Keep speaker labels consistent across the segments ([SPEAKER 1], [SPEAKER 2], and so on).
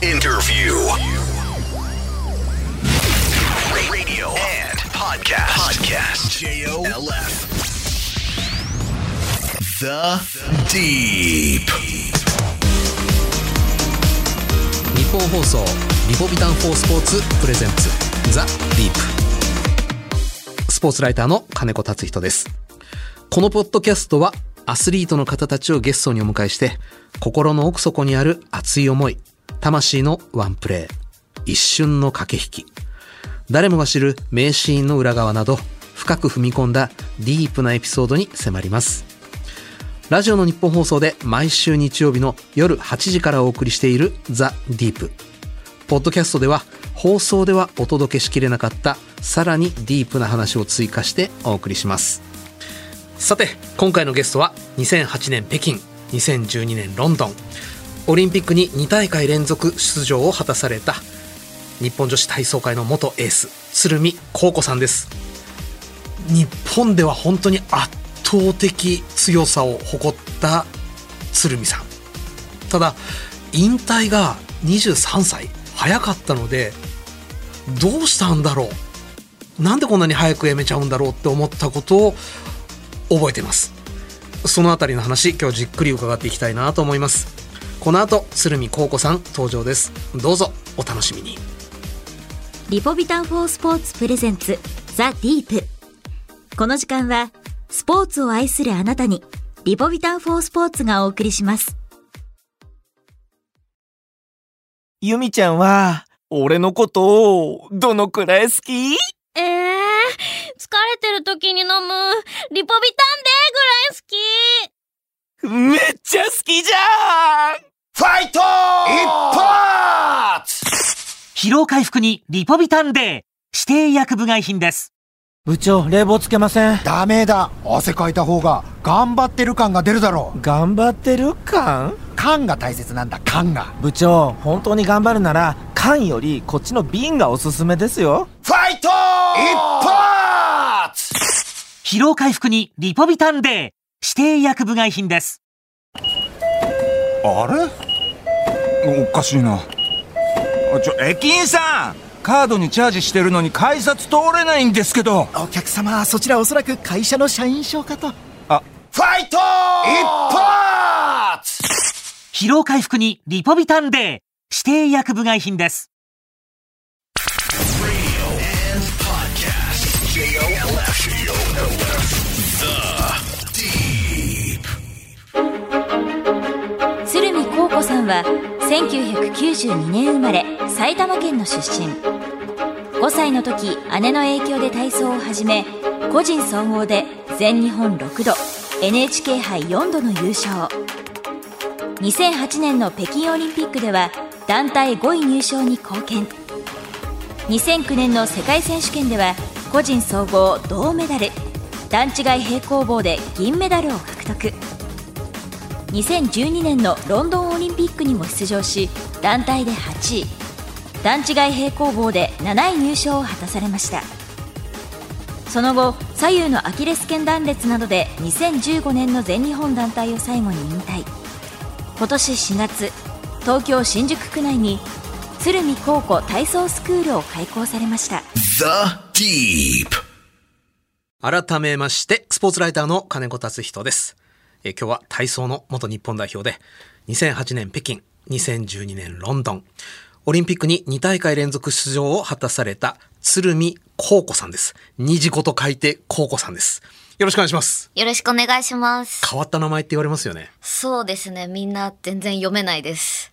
[SPEAKER 1] Interview. Radio and podcast. Podcast. J-O-L-F. The Deep.
[SPEAKER 2] 日本放送リポビタン4スポーツプレゼンツザ・ディープスポーツライターの金子達人ですこのポッドキャストはアスリートの方たちをゲストにお迎えして心の奥底にある熱い思い魂のワンプレー一瞬の駆け引き誰もが知る名シーンの裏側など深く踏み込んだディープなエピソードに迫りますラジオの日本放送で毎週日曜日の夜8時からお送りしているザ・ディープ。ポッドキャストでは放送ではお届けしきれなかったさらにディープな話を追加してお送りします。さて、今回のゲストは2008年北京、2012年ロンドン、オリンピックに2大会連続出場を果たされた日本女子体操界の元エース、鶴見孝子さんです。日本では本当に圧倒的強さを誇った鶴見さんただ引退が23歳早かったのでどうしたんだろうなんでこんなに早く辞めちゃうんだろうって思ったことを覚えていますそのあたりの話今日じっくり伺っていきたいなと思いますこの後鶴見孝子さん登場ですどうぞお楽しみに
[SPEAKER 3] リポビタン4スポーツプレゼンツザ・ディープこの時間はスポーツを愛するあなたにリポビタン4スポーツがお送りします
[SPEAKER 4] ゆみちゃんは、俺のことを、どのくらい好き
[SPEAKER 5] ええ疲れてる時に飲む、リポビタンデーぐらい好き
[SPEAKER 4] めっちゃ好きじゃん
[SPEAKER 1] ファイト一発
[SPEAKER 6] 疲労回復にリポビタンデー指定薬部外品です。
[SPEAKER 4] 部長、冷房つけません。
[SPEAKER 7] ダメだ汗かいた方が頑張ってる感が出るだろ
[SPEAKER 4] 頑張ってる感
[SPEAKER 7] う感が大切なんだ感が
[SPEAKER 4] 部長、本当に頑張るなら、缶よりこっちの瓶がおすすめですよ。
[SPEAKER 1] ファイト一発
[SPEAKER 6] 疲労回復にリポビタンデー指定薬部外品です。
[SPEAKER 8] あれおかしいなあちょ駅員さんカードにチャージしてるのに改札通れないんですけど
[SPEAKER 9] お客様そちらおそらく会社の社員証かと
[SPEAKER 1] ファイト一発
[SPEAKER 6] 疲労回復にリポビタンデー指定薬部外品です。
[SPEAKER 3] 鶴見孝子さんは1992年生まれ埼玉県の出身5歳の時姉の影響で体操を始め個人総合で全日本6度 NHK 杯4度の優勝2008年の北京オリンピックでは団体5位入賞に貢献2009年の世界選手権では個人総合銅メダル段違い平行棒で銀メダルを獲得2012年のロンドンオリンピックにも出場し団体で8位段違い平行棒で7位入賞を果たされましたその後左右のアキレス腱断裂などで2015年の全日本団体を最後に引退今年4月東京新宿区内に鶴見高校体操スクールを開校されました
[SPEAKER 1] The Deep.
[SPEAKER 2] 改めまして、スポーツライターの金子達人です。えー今日は体操の元日本代表で、2008年北京、2012年ロンドン、オリンピックに2大会連続出場を果たされた鶴見孝子さんです。虹子と書いて孝子さんです。よろしくお願いします。
[SPEAKER 10] よろしくお願いします。
[SPEAKER 2] 変わった名前って言われますよね。
[SPEAKER 10] そうですね。みんな全然読めないです。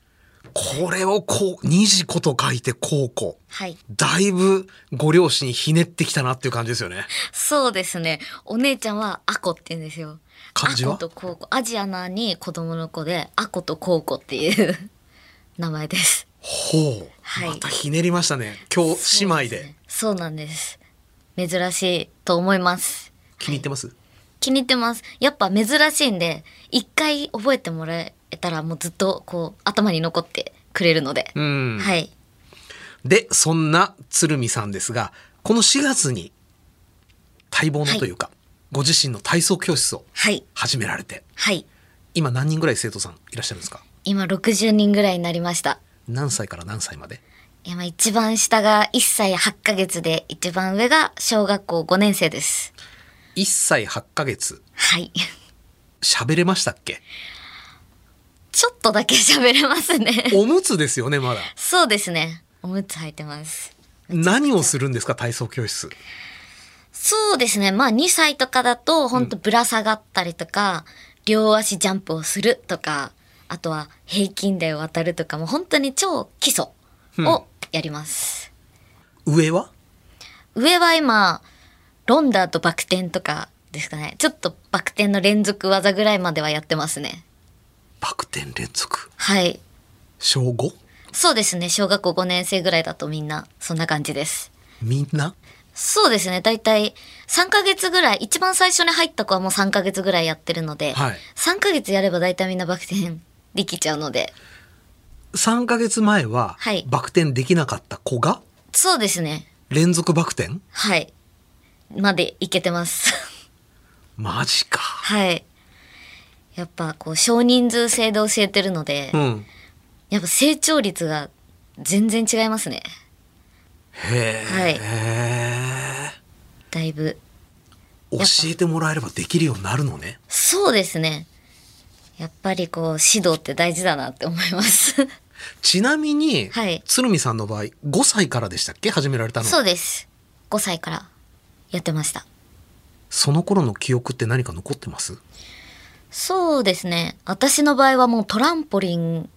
[SPEAKER 2] これをこう、虹子と書いて孝子。
[SPEAKER 10] はい。
[SPEAKER 2] だいぶご両親ひねってきたなっていう感じですよね。
[SPEAKER 10] そうですね。お姉ちゃんはアコって言うんですよ。
[SPEAKER 2] 漢字は
[SPEAKER 10] アコとコウコ。アジアなに子供の子で、アコとコウコっていう 名前です。
[SPEAKER 2] ほう。
[SPEAKER 10] はい
[SPEAKER 2] またひねりましたね。今日姉妹で。
[SPEAKER 10] そうなんです。珍しいと思います。
[SPEAKER 2] 気に入ってます、
[SPEAKER 10] 気に入ってます。やっぱ珍しいんで、一回覚えてもらえたらもうずっとこう頭に残ってくれるので。
[SPEAKER 2] うん。
[SPEAKER 10] はい。
[SPEAKER 2] で、そんな鶴見さんですが、この4月に待望のというか、ご自身の体操教室を
[SPEAKER 10] はい。
[SPEAKER 2] 始められて、
[SPEAKER 10] はい。
[SPEAKER 2] 今何人ぐらい生徒さんいらっしゃるんですか
[SPEAKER 10] 今60人ぐらいになりました。
[SPEAKER 2] 何歳から何歳まで
[SPEAKER 10] いやまあ一番下が1歳8ヶ月で一番上が小学校5年生です。
[SPEAKER 2] 1歳8ヶ月
[SPEAKER 10] はい。
[SPEAKER 2] 喋れましたっけ
[SPEAKER 10] ちょっとだけ喋れますね。
[SPEAKER 2] おむつですよねまだ
[SPEAKER 10] そうですね。おむつ履いてます。
[SPEAKER 2] 何をするんですか体操教室
[SPEAKER 10] そうですね。まあ2歳とかだと本当ぶら下がったりとか、両足ジャンプをするとか、あとは平均台を渡るとかも本当に超基礎をやります。
[SPEAKER 2] 上は
[SPEAKER 10] 上は今、ロンダーとバク転とかですかね。ちょっとバク転の連続技ぐらいまではやってますね。
[SPEAKER 2] バク転連続
[SPEAKER 10] はい。
[SPEAKER 2] 小 5?
[SPEAKER 10] そうですね。小学校5年生ぐらいだとみんなそんな感じです。
[SPEAKER 2] みんな
[SPEAKER 10] そうですね。だいたい3ヶ月ぐらい、一番最初に入った子はもう3ヶ月ぐらいやってるので、
[SPEAKER 2] はい
[SPEAKER 10] 3ヶ月やればだいたいみんなバク転できちゃうので、
[SPEAKER 2] 3ヶ月前は
[SPEAKER 10] はい
[SPEAKER 2] バク転できなかった子が
[SPEAKER 10] そうですね。
[SPEAKER 2] 連続バク転
[SPEAKER 10] はい。までいけてます。
[SPEAKER 2] マジか
[SPEAKER 10] はい。やっぱこう少人数制で教えてるので、
[SPEAKER 2] うん
[SPEAKER 10] やっぱ成長率が全然違いますね。
[SPEAKER 2] へ
[SPEAKER 10] はい。
[SPEAKER 2] え
[SPEAKER 10] だいぶ。
[SPEAKER 2] 教えてもらえればできるようになるのね
[SPEAKER 10] そうですね。やっぱりこう指導って大事だなって思います。
[SPEAKER 2] ちなみに、
[SPEAKER 10] はい
[SPEAKER 2] 鶴見さんの場合5歳からでしたっけ始められたの
[SPEAKER 10] そうです。5歳からやってました。
[SPEAKER 2] その頃の記憶って何か残ってます
[SPEAKER 10] そうですね。私の場合はもうトランポリン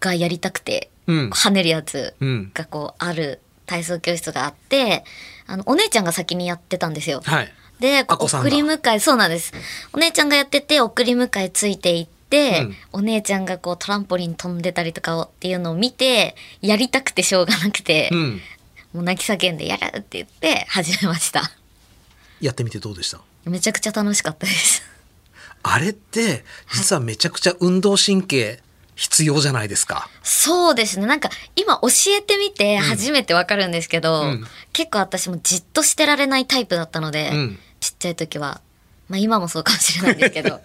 [SPEAKER 10] がやりたくて、
[SPEAKER 2] うん
[SPEAKER 10] 跳ねるやつ
[SPEAKER 2] うん
[SPEAKER 10] がこうある体操教室があって、あの、お姉ちゃんが先にやってたんですよ。
[SPEAKER 2] はい
[SPEAKER 10] で、
[SPEAKER 2] あ
[SPEAKER 10] こ
[SPEAKER 2] 子
[SPEAKER 10] う
[SPEAKER 2] さん
[SPEAKER 10] 送
[SPEAKER 2] が
[SPEAKER 10] り迎え、そうなんです。お姉ちゃんがやってて、送り迎えついていって、
[SPEAKER 2] うん
[SPEAKER 10] お姉ちゃんがこうトランポリン飛んでたりとかをっていうのを見て、やりたくてしょうがなくて、
[SPEAKER 2] うん
[SPEAKER 10] もう泣き叫んでやるって言って始めました。
[SPEAKER 2] やってみてどうでした
[SPEAKER 10] めちゃくちゃ楽しかったです。
[SPEAKER 2] あれって実はめちゃくちゃ運動神経必要じゃないですか
[SPEAKER 10] そうですね。なんか今教えてみて初めてわかるんですけど、
[SPEAKER 2] うん
[SPEAKER 10] 結構私もじっとしてられないタイプだったので、
[SPEAKER 2] うん
[SPEAKER 10] ちっちゃい時は。まあ今もそうかもしれないんです けど。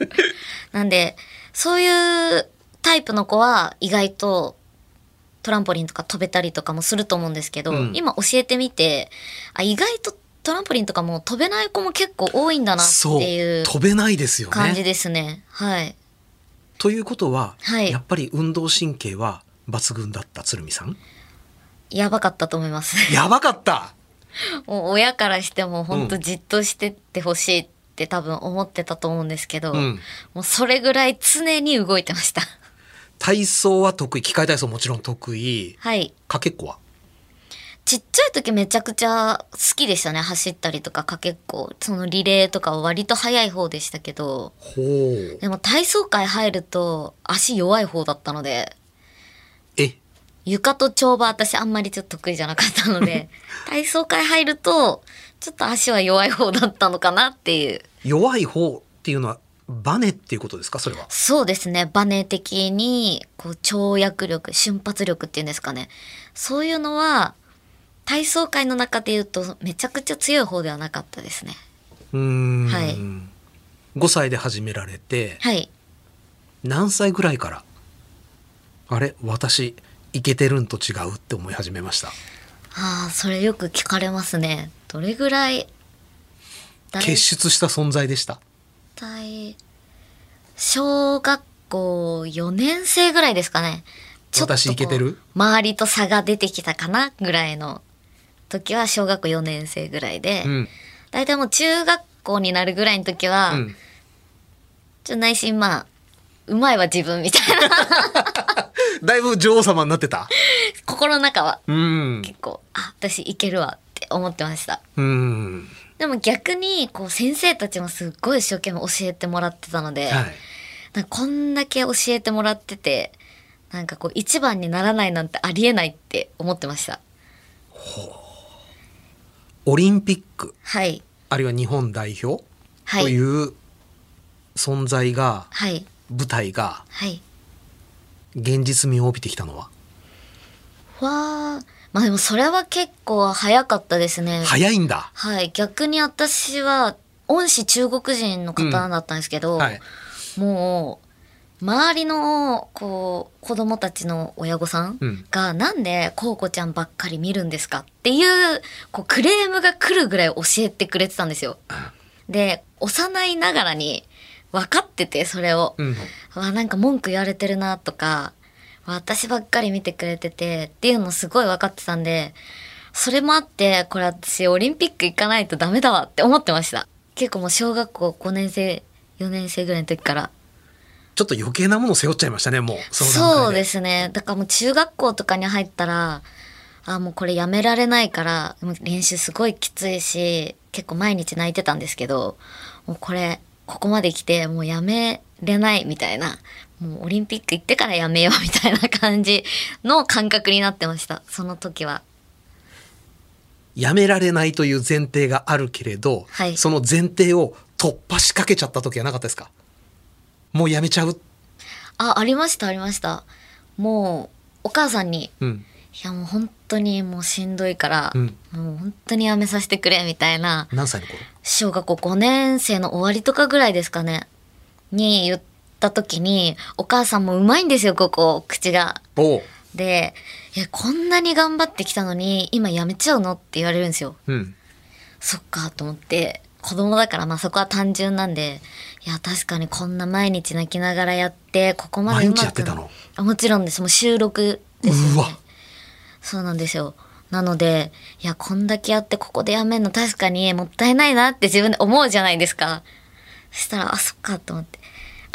[SPEAKER 10] なんで、そういうタイプの子は意外とトランポリンとか飛べたりとかもすると思うんですけど、
[SPEAKER 2] うん
[SPEAKER 10] 今教えてみて、あ、意外とトランポリンとかも飛べない子も結構多いんだなっ
[SPEAKER 2] そう
[SPEAKER 10] ていう
[SPEAKER 2] 飛べないですよ
[SPEAKER 10] 感じ
[SPEAKER 2] ね
[SPEAKER 10] ですね。はい。
[SPEAKER 2] ということは、
[SPEAKER 10] はい
[SPEAKER 2] やっぱり運動神経は抜群だった鶴見さん
[SPEAKER 10] やばかったと思います。
[SPEAKER 2] やばかった
[SPEAKER 10] もう親からしても本当じっとしてってほしいって多分思ってたと思うんですけど、
[SPEAKER 2] うん
[SPEAKER 10] もうそれぐらい常に動いてました。
[SPEAKER 2] 体操は得意機械体操もちろん得意
[SPEAKER 10] はい。
[SPEAKER 2] かけっこは
[SPEAKER 10] ちっちゃい時めちゃくちゃ好きでしたね。走ったりとかかけっこ。そのリレーとかは割と早い方でしたけど、
[SPEAKER 2] ほう
[SPEAKER 10] でも体操界入ると足弱い方だったので、
[SPEAKER 2] え
[SPEAKER 10] 床と跳馬私あんまりちょっと得意じゃなかったの で、体操界入るとちょっと足は弱い方だったのかなっていう。
[SPEAKER 2] 弱い方っていうのはバネっていうことですかそれは
[SPEAKER 10] そうですね。バネ的に、こう、跳躍力、瞬発力っていうんですかね。そういうのは、体操界の中で言うと、めちゃくちゃ強い方ではなかったですね。
[SPEAKER 2] うーん、
[SPEAKER 10] はい
[SPEAKER 2] 5歳で始められて
[SPEAKER 10] はい。
[SPEAKER 2] 何歳ぐらいからあれ私イケてるんと違うって思い始めました
[SPEAKER 10] ああ、それよく聞かれますね。どれぐらい、だい
[SPEAKER 2] 結出した存在でした
[SPEAKER 10] たい、小学校4年生ぐらいですかね。こう
[SPEAKER 2] 私イケてる
[SPEAKER 10] 周りと差が出てきたかなぐらいの時は小学校4年生ぐらいで。
[SPEAKER 2] うん
[SPEAKER 10] 大体もう中学校になるぐらいの時は、
[SPEAKER 2] うん
[SPEAKER 10] ちょっと内心まあ、うまいは自分みたい な、
[SPEAKER 2] だいぶ女王様になってた
[SPEAKER 10] 心の中は
[SPEAKER 2] うん
[SPEAKER 10] 結構、あ、私いけるわって思ってました。
[SPEAKER 2] うん
[SPEAKER 10] でも逆に、こう先生たちもすっごい一生懸命教えてもらってたので、
[SPEAKER 2] はい
[SPEAKER 10] なんかこんだけ教えてもらってて、なんかこう一番にならないなんてありえないって思ってました。
[SPEAKER 2] オリンピック
[SPEAKER 10] はい。
[SPEAKER 2] あるいは日本代表
[SPEAKER 10] は
[SPEAKER 2] とい
[SPEAKER 10] い。
[SPEAKER 2] う存在が
[SPEAKER 10] はい。
[SPEAKER 2] 舞台が
[SPEAKER 10] はい。
[SPEAKER 2] 現実味を帯びてきたのは
[SPEAKER 10] わー。まあでもそれは結構早かったですね。
[SPEAKER 2] 早いんだ
[SPEAKER 10] はい、逆に私は恩師中国人の方だったんですけど、
[SPEAKER 2] はい
[SPEAKER 10] もう周りの、こう、子供たちの親御さん
[SPEAKER 2] うん
[SPEAKER 10] が、なんで、こうこちゃんばっかり見るんですかっていう、こう、クレームが来るぐらい教えてくれてたんですよ。で、幼いながらに、分かってて、それを。
[SPEAKER 2] うん
[SPEAKER 10] わなんか文句言われてるなとか私ばっかり見てくれててっていうのすごい分かってたんでそれもあってこれ私オリンピック行かないとダメだわって思ってました結構もう小学校5年生4年生ぐらいの時から
[SPEAKER 2] ちょっと余計なものを背負っちゃいましたね、もう。そ
[SPEAKER 10] そ
[SPEAKER 2] の段
[SPEAKER 10] う
[SPEAKER 2] 階
[SPEAKER 10] で
[SPEAKER 2] で。
[SPEAKER 10] すねだからもう中学校とかに入ったらあもうこれやめられないからもう練習すごいきついし結構毎日泣いてたんですけどもうこれここまで来てもうやめれないみたいなもうオリンピック行ってからやめようみたいな感じの感覚になってましたその時は
[SPEAKER 2] やめられないという前提があるけれど、
[SPEAKER 10] はい
[SPEAKER 2] その前提を突破しかけちゃった時はなかったですかもうやめちゃう。
[SPEAKER 10] あありましたありましたもうお母さんに
[SPEAKER 2] うん。
[SPEAKER 10] いやもう本当にもうしんどいから、
[SPEAKER 2] うん
[SPEAKER 10] もう本当にやめさせてくれみたいな
[SPEAKER 2] 何歳の頃
[SPEAKER 10] 小学校5年生の終わりとかぐらいですかね。に言った時に、お母さんもうまいんですよ、ここ、口が。
[SPEAKER 2] おう。
[SPEAKER 10] で、いや、こんなに頑張ってきたのに、今やめちゃうのって言われるんですよ。
[SPEAKER 2] うん。
[SPEAKER 10] そっか、と思って。子供だから、まあそこは単純なんで、いや、確かにこんな毎日泣きながらやって、ここま
[SPEAKER 2] 毎
[SPEAKER 10] でうまく
[SPEAKER 2] 日やってたの
[SPEAKER 10] あもちろんです。もう収録ですよ、ね。
[SPEAKER 2] うわ。
[SPEAKER 10] そうなんですよ。なので、いや、こんだけやってここでやめんの確かにもったいないなって自分で思うじゃないですか。そしたら、あ、そっかと思って。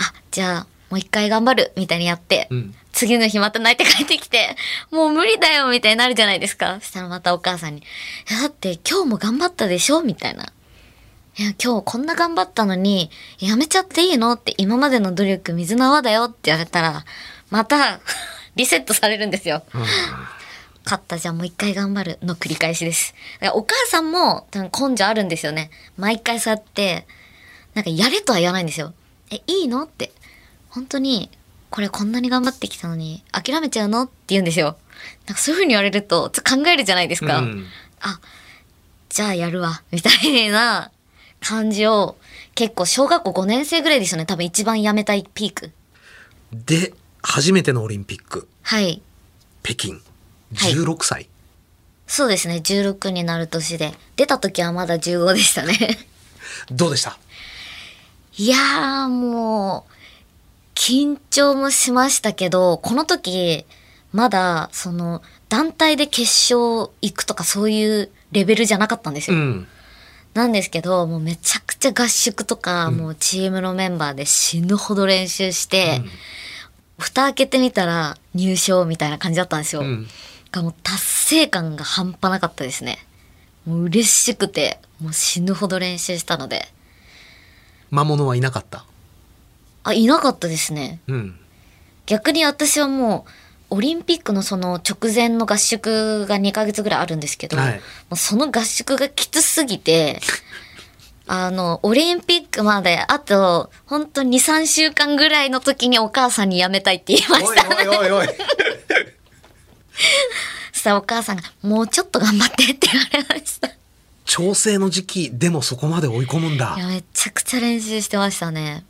[SPEAKER 10] あ、じゃあ、もう一回頑張るみたいにやって、
[SPEAKER 2] うん
[SPEAKER 10] 次の日また泣いて帰ってきて、もう無理だよみたいになるじゃないですか。そしたらまたお母さんに、いや、だって今日も頑張ったでしょみたいな。いや、今日こんな頑張ったのに、やめちゃっていいのって今までの努力水の泡だよって言われたら、またリセットされるんですよ。勝ったじゃんもう一回頑張るの繰り返しです。だからお母さんも多分根性あるんですよね。毎回そうやって、なんかやれとは言わないんですよ。え、いいのって。本当に、これこんなに頑張ってきたのに諦めちゃうのって言うんですよ。なんかそういう風に言われると、ちょっと考えるじゃないですか。
[SPEAKER 2] うん
[SPEAKER 10] あ、じゃあやるわ、みたいな感じを、結構小学校5年生ぐらいですよね。多分一番やめたいピーク。
[SPEAKER 2] で、初めてのオリンピック、
[SPEAKER 10] はい。
[SPEAKER 2] 北京。
[SPEAKER 10] はい
[SPEAKER 2] 16歳。
[SPEAKER 10] そうですね。16になる年で。出た時はまだ15でしたね。
[SPEAKER 2] どうでした
[SPEAKER 10] いやーもう、緊張もしましたけど、この時、まだ、その、団体で決勝行くとかそういうレベルじゃなかったんです
[SPEAKER 2] う
[SPEAKER 10] よ。
[SPEAKER 2] ん。
[SPEAKER 10] なんですけど、もうめちゃくちゃ合宿とか、もうチームのメンバーで死ぬほど練習して、蓋開けてみたら入賞みたいな感じだったんですよ。
[SPEAKER 2] ん
[SPEAKER 10] がもう達成感が半端なかったですね。もう嬉しくて、もう死ぬほど練習したので。
[SPEAKER 2] 魔物はいなかった。
[SPEAKER 10] あ、いなかったですね。
[SPEAKER 2] うん。
[SPEAKER 10] 逆に私はもうオリンピックのその直前の合宿が2ヶ月ぐらいあるんですけど、
[SPEAKER 2] はい
[SPEAKER 10] もうその合宿がきつすぎて あのオリンピックまであと本当に23週間ぐらいの時にお母さんに辞めたいって言いま
[SPEAKER 1] お
[SPEAKER 10] し
[SPEAKER 1] い
[SPEAKER 10] た
[SPEAKER 1] おいおいおい。
[SPEAKER 10] そしたらお母さんが「もうちょっと頑張って」って言われましたい
[SPEAKER 2] 調整の時期でもそこまで追い込むんだ。
[SPEAKER 10] やめちゃくちゃ練習してましたね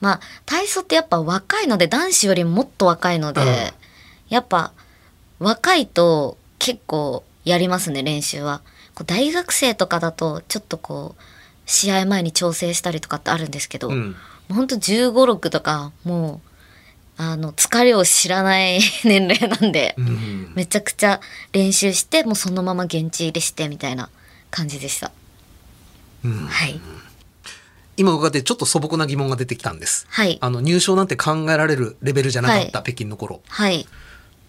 [SPEAKER 10] まあ体操ってやっぱ若いので男子よりもっと若いので、
[SPEAKER 2] うん
[SPEAKER 10] やっぱ若いと結構やりますね練習はこう大学生とかだとちょっとこう試合前に調整したりとかってあるんですけど、
[SPEAKER 2] うん
[SPEAKER 10] ほんと1 5六6とかもうあの疲れを知らない 年齢なんで、
[SPEAKER 2] うん。
[SPEAKER 10] めちゃくちゃ練習してもうそのまま現地入りしてみたいな感じでした、はい
[SPEAKER 2] 今伺ってちょっと素朴な疑問が出てきたんです。
[SPEAKER 10] はい
[SPEAKER 2] あの入賞なんて考えられるレベルじゃなかった、
[SPEAKER 10] はい
[SPEAKER 2] 北京の頃。
[SPEAKER 10] はい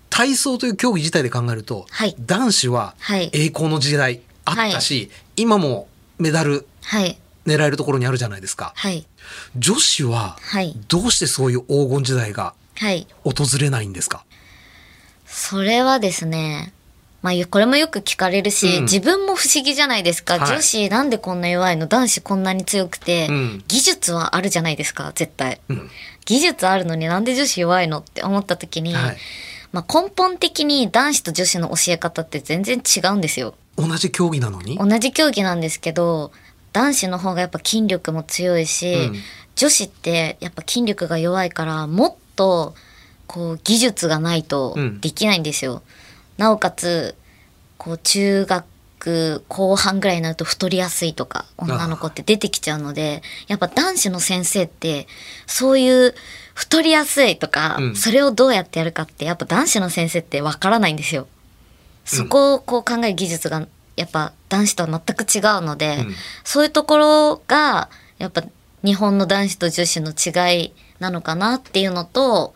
[SPEAKER 2] 体操という競技自体で考えると、
[SPEAKER 10] はい
[SPEAKER 2] 男子は
[SPEAKER 10] はい
[SPEAKER 2] 栄光の時代あったし、今もメダル
[SPEAKER 10] はい
[SPEAKER 2] 狙えるところにあるじゃないですか。
[SPEAKER 10] はい
[SPEAKER 2] 女子は
[SPEAKER 10] はい
[SPEAKER 2] どうしてそういう黄金時代が
[SPEAKER 10] はい
[SPEAKER 2] 訪れないんですか、
[SPEAKER 10] それはですね、まあ、よこれもよく聞かれるし、
[SPEAKER 2] うん
[SPEAKER 10] 自分も不思議じゃないですか、
[SPEAKER 2] はい
[SPEAKER 10] 女子なんでこんな弱いの男子こんなに強くて、
[SPEAKER 2] うん
[SPEAKER 10] 技術はあるじゃないですか絶対、
[SPEAKER 2] うん
[SPEAKER 10] 技術あるのになんで女子弱いのって思った時に、
[SPEAKER 2] はい
[SPEAKER 10] まあ、根本的に男子と女子の教え方って全然違うんですよ
[SPEAKER 2] 同じ競技なのに
[SPEAKER 10] 同じ競技なんですけど男子の方がやっぱ筋力も強いし、
[SPEAKER 11] うん
[SPEAKER 10] 女子ってやっぱ筋力が弱いからもっとこう技術がないと
[SPEAKER 11] うん
[SPEAKER 10] できないんですよ。なおかつこう中学後半ぐらいになると太りやすいとか女の子って出てきちゃうのでやっぱ男子の先生ってそういう太りやすいとか、
[SPEAKER 11] うん
[SPEAKER 10] それをどうやってやるかってやっぱ男子の先生ってわからないんですよ。そこをこう考える技術がやっぱ男子とは全く違うので、そういうところがやっぱ日本の男子と女子の違いなのかなっていうのと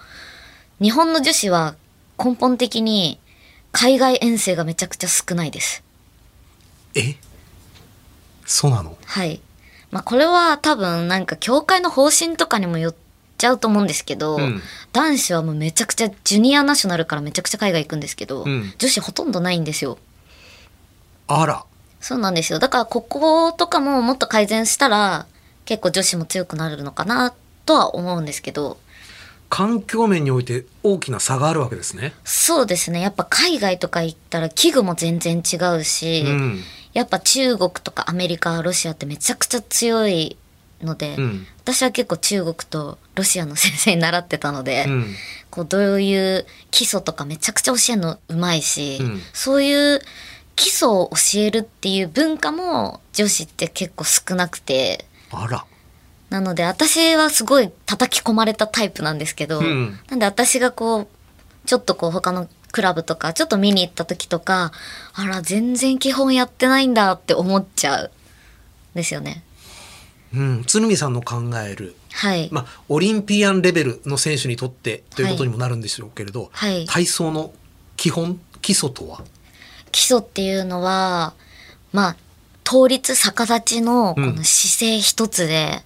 [SPEAKER 10] 日本の女子は根本的に海外遠征がめちゃくちゃ少ないです。
[SPEAKER 2] えそうなの
[SPEAKER 10] はい。まあこれは多分なんか教会の方針とかにもよっちゃうと思うんですけど、
[SPEAKER 11] うん
[SPEAKER 10] 男子はもうめちゃくちゃジュニアナショナルからめちゃくちゃ海外行くんですけど、
[SPEAKER 11] うん
[SPEAKER 10] 女子ほとんどないんですよ。
[SPEAKER 2] あら
[SPEAKER 10] そうなんですよ。だからこことかももっと改善したら結構女子も強くなるのかなとは思うんですけど、
[SPEAKER 2] 環境面において大きな差があるわけですね。
[SPEAKER 10] そうですね。やっぱ海外とか行ったら器具も全然違うし、
[SPEAKER 2] うん
[SPEAKER 10] やっぱ中国とかアメリカ、ロシアってめちゃくちゃ強いので、
[SPEAKER 11] うん
[SPEAKER 10] 私は結構中国とロシアの先生に習ってたので、
[SPEAKER 11] うん
[SPEAKER 10] こうどういう基礎とかめちゃくちゃ教えるのうまいし、
[SPEAKER 11] うん
[SPEAKER 10] そういう基礎を教えるっていう文化も女子って結構少なくて、
[SPEAKER 2] あら
[SPEAKER 10] なので私はすごい叩き込まれたタイプなんですけど、
[SPEAKER 11] うん
[SPEAKER 10] なんで私がこうちょっとこう他のクラブとかちょっと見に行った時とかあら全然基本やってないんだって思っちゃうんですよね。
[SPEAKER 2] うん、鶴見さんの考える、
[SPEAKER 10] はい、
[SPEAKER 2] まあ、オリンピアンレベルの選手にとってということにもなるんでしょうけれど、
[SPEAKER 10] はい
[SPEAKER 2] 体操の基本基礎とは、
[SPEAKER 10] 基礎っていうのはまあ倒立逆立ちのこ
[SPEAKER 2] うん
[SPEAKER 10] の姿勢一つで、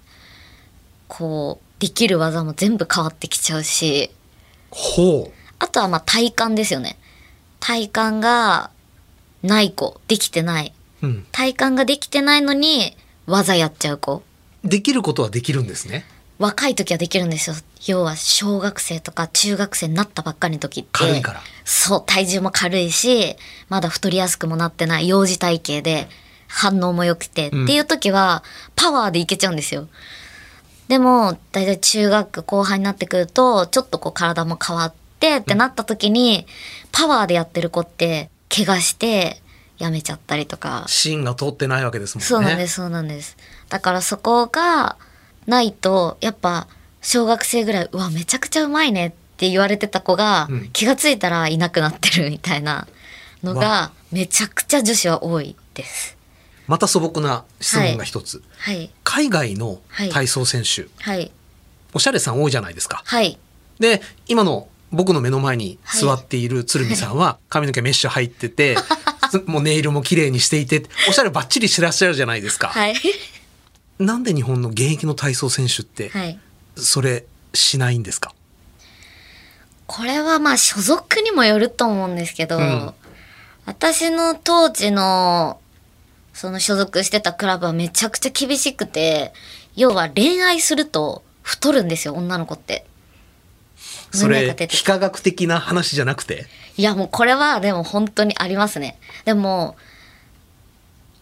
[SPEAKER 10] こうできる技も全部変わってきちゃうし
[SPEAKER 2] ほ
[SPEAKER 10] あとはまあ体幹ですよね体幹がない子できてない
[SPEAKER 2] うん、
[SPEAKER 10] 体幹ができてないのに技やっちゃう子
[SPEAKER 2] できることはできるんですね
[SPEAKER 10] 若い時はできるんですよ要は小学生とか中学生になったばっかりの時って
[SPEAKER 2] 軽いから
[SPEAKER 10] そう体重も軽いしまだ太りやすくもなってない幼児体型で反応も良くて、
[SPEAKER 11] うん
[SPEAKER 10] っていう時はパワーでいけちゃうんですよでも大体中学後半になってくるとちょっとこう体も変わってってなった時に、パワーでやってる子って怪我してやめちゃったりとか
[SPEAKER 2] 芯が通ってないわけですもんね
[SPEAKER 10] そうなんです、そうなんです。だからそこがないと、やっぱ小学生ぐらい、うわ、めちゃくちゃうまいねって言われてた子が、
[SPEAKER 11] うん
[SPEAKER 10] 気がついたらいなくなってるみたいなのが
[SPEAKER 2] わ、
[SPEAKER 10] めちゃくちゃ女子は多いです。
[SPEAKER 2] また素朴な質問が一つ、
[SPEAKER 10] はい。
[SPEAKER 2] 海外の体操選手、
[SPEAKER 10] はい。
[SPEAKER 2] おしゃれさん多いじゃないですか
[SPEAKER 10] はい。
[SPEAKER 2] で今の僕の目の前に座っている鶴見さんは髪の毛メッシュ入って て、つもうネイルも綺麗にしていておしゃればっちりしてらっしゃるじゃないですか、
[SPEAKER 10] はい。
[SPEAKER 2] なんで日本の現役の体操選手って
[SPEAKER 10] はい。
[SPEAKER 2] それしないんですか、
[SPEAKER 10] これはまあ所属にもよると思うんですけど、
[SPEAKER 2] うん
[SPEAKER 10] 私の当時のその所属してたクラブはめちゃくちゃ厳しくて要は恋愛すると太るんですよ女の子って。
[SPEAKER 2] そ
[SPEAKER 10] 胸
[SPEAKER 2] れ
[SPEAKER 10] が出て
[SPEAKER 2] 非科学的な話じゃなくて
[SPEAKER 10] いやもうこれはでも本当にありますね。でも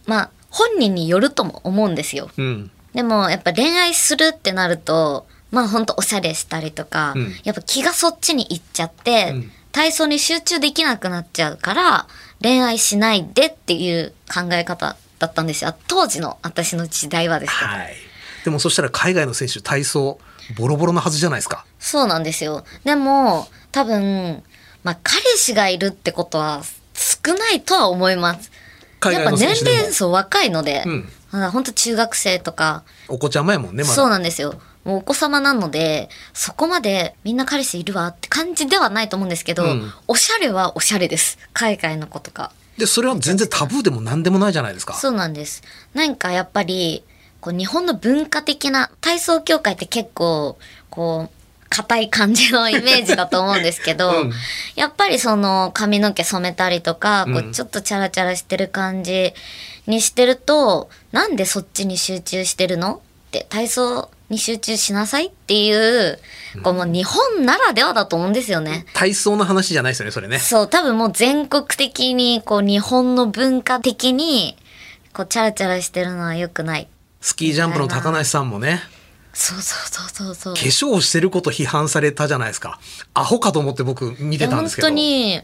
[SPEAKER 10] まあ本人によるとも思うんですよ。
[SPEAKER 2] うん
[SPEAKER 10] でもやっぱ恋愛するってなるとまあほんとおしゃれしたりとか、
[SPEAKER 11] うん
[SPEAKER 10] やっぱ気がそっちに行っちゃって、体操に集中できなくなっちゃうから恋愛しないでっていう考え方だったんですよ当時の私の時代はですけど、
[SPEAKER 2] でもそしたら海外の選手体操ボロボロなはずじゃないですか
[SPEAKER 10] そうなんですよでも多分、まあ、彼氏がいるってことは少ないとは思います
[SPEAKER 2] 海
[SPEAKER 10] や
[SPEAKER 2] 外
[SPEAKER 10] っぱ
[SPEAKER 2] の選
[SPEAKER 10] 年
[SPEAKER 2] 手でも
[SPEAKER 10] 齢層若いので、
[SPEAKER 2] うん
[SPEAKER 10] ほん、本当中学生とか
[SPEAKER 2] お子ちゃまやもんねまだ
[SPEAKER 10] そうなんですよ。もうお子様なので、そこまでみんな彼氏いるわって感じではないと思うんですけど、
[SPEAKER 2] うん
[SPEAKER 10] おしゃれはおしゃれです。海外の子とか。
[SPEAKER 2] でそれは全然タブーでも何でもないじゃないですか
[SPEAKER 10] そうなんです。なんかやっぱり、こう日本の文化的な、体操協会って結構、こう、硬い感じのイメージだと思うんですけど、
[SPEAKER 11] うん
[SPEAKER 10] やっぱりその髪の毛染めたりとか、こ
[SPEAKER 11] う
[SPEAKER 10] うんちょっとチャラチャラしてる感じにしてると、なんでそっちに集中してるのって、体操に集中しなさいっていう、こうもう日本ならではだと思うんですよね。
[SPEAKER 2] 体操の話じゃないですよねそれね
[SPEAKER 10] そう、多分もう全国的に、こう、日本の文化的に、こう、チャラチャラしてるのは良くないっ
[SPEAKER 2] スキージャンプの高梨さんもね、
[SPEAKER 10] そうそうそうそうそう
[SPEAKER 2] 化粧をしてること批判されたじゃないですか。アホかと思って僕見てたんですけど。
[SPEAKER 10] 本当に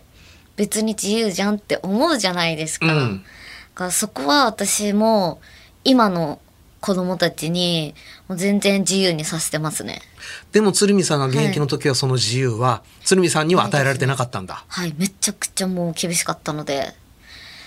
[SPEAKER 10] 別に自由じゃんって思うじゃないですか、
[SPEAKER 2] う
[SPEAKER 10] だ
[SPEAKER 2] ん。
[SPEAKER 10] からそこは私も今の子供たちにもう全然自由にさせてますね
[SPEAKER 2] でも鶴見さんが現役の時はその自由は、鶴見さんには与えられてなかったんだ。
[SPEAKER 10] はいめちゃくちゃもう厳しかったので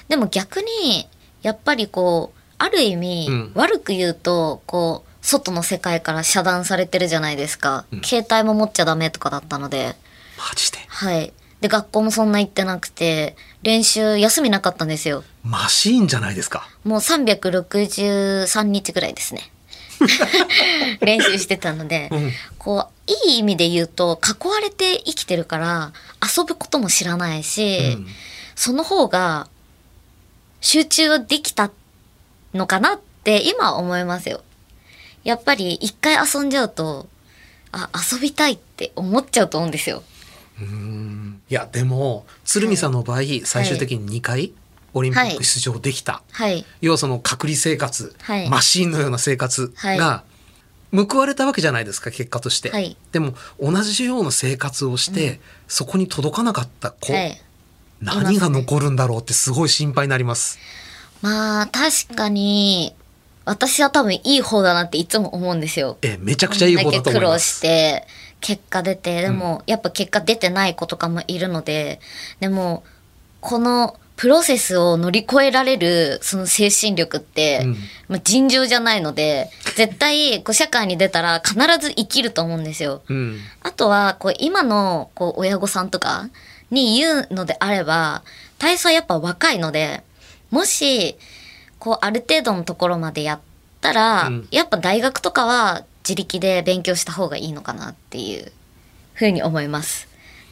[SPEAKER 10] でも逆にやっぱりこうある意味、
[SPEAKER 2] うん
[SPEAKER 10] 悪く言うとこう外の世界から遮断されてるじゃないですか、携帯も持っちゃダメとかだったので
[SPEAKER 2] マジで。
[SPEAKER 10] はいで学校もそんな行ってなくて練習休みなかったんですよ
[SPEAKER 2] マシーンじゃないですか。
[SPEAKER 10] もう363日ぐらいですね 練習してたので、
[SPEAKER 2] うん
[SPEAKER 10] こういい意味で言うと囲われて生きてるから遊ぶことも知らないし、
[SPEAKER 2] うん
[SPEAKER 10] その方が集中はできたのかなって今は思いますよ。やっぱり一回遊んじゃうとあ遊びたいって思っちゃうと思うんですよ。
[SPEAKER 2] いや、でも、鶴見さんの場合、最終的に2回、オリンピック出場できた。
[SPEAKER 10] はい
[SPEAKER 2] 要はその隔離生活、
[SPEAKER 10] はい
[SPEAKER 2] マシーンのような生活が
[SPEAKER 10] は
[SPEAKER 2] 報われたわけじゃないですか結果として、
[SPEAKER 10] はい
[SPEAKER 2] でも同じような生活をして、そこに届かなかった子、
[SPEAKER 10] はい。
[SPEAKER 2] 何が残るんだろうってすごい心配になります
[SPEAKER 10] まあ確かに私は多分いい方だなっていつも思うんですよ。
[SPEAKER 2] えめちゃくちゃいい方だと思い
[SPEAKER 10] こんだけ苦
[SPEAKER 2] ま
[SPEAKER 10] 労し
[SPEAKER 2] す
[SPEAKER 10] て結果出てでも、やっぱ結果出てない子とかもいるのででもこのプロセスを乗り越えられるその精神力って、
[SPEAKER 2] うん
[SPEAKER 10] まあ、尋常じゃないので絶対こう社会に出たら必ず生きると思うんですよ。
[SPEAKER 2] うん
[SPEAKER 10] あとは、こう、今の、こう、親御さんとかに言うのであれば、体操はやっぱ若いので、もし、こう、ある程度のところまでやったら、
[SPEAKER 2] うん
[SPEAKER 10] やっぱ大学とかは自力で勉強した方がいいのかなっていうふうに思います。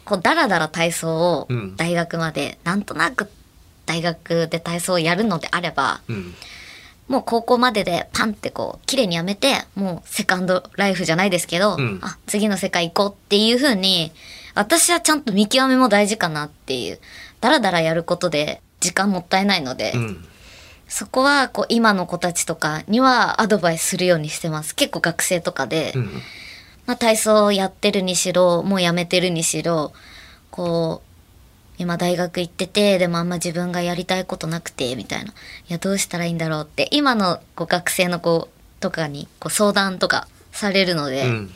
[SPEAKER 10] こう、だらだら体操を
[SPEAKER 2] うん
[SPEAKER 10] 大学まで、なんとなく大学で体操をやるのであれば、
[SPEAKER 2] うん
[SPEAKER 10] もう高校まででパンってこう綺麗にやめてもうセカンドライフじゃないですけど、
[SPEAKER 2] うん
[SPEAKER 10] あ次の世界行こうっていう風に私はちゃんと見極めも大事かなっていうだらだらやることで時間もったいないので、
[SPEAKER 2] うん
[SPEAKER 10] そこはこう今の子たちとかにはアドバイスするようにしてます結構学生とかで、
[SPEAKER 2] うん
[SPEAKER 10] まあ、体操をやってるにしろもうやめてるにしろこう今大学行っててでもあんま自分がやりたいことなくてみたいないやどうしたらいいんだろうって今のこう学生の子とかにこう相談とかされるので、
[SPEAKER 2] うん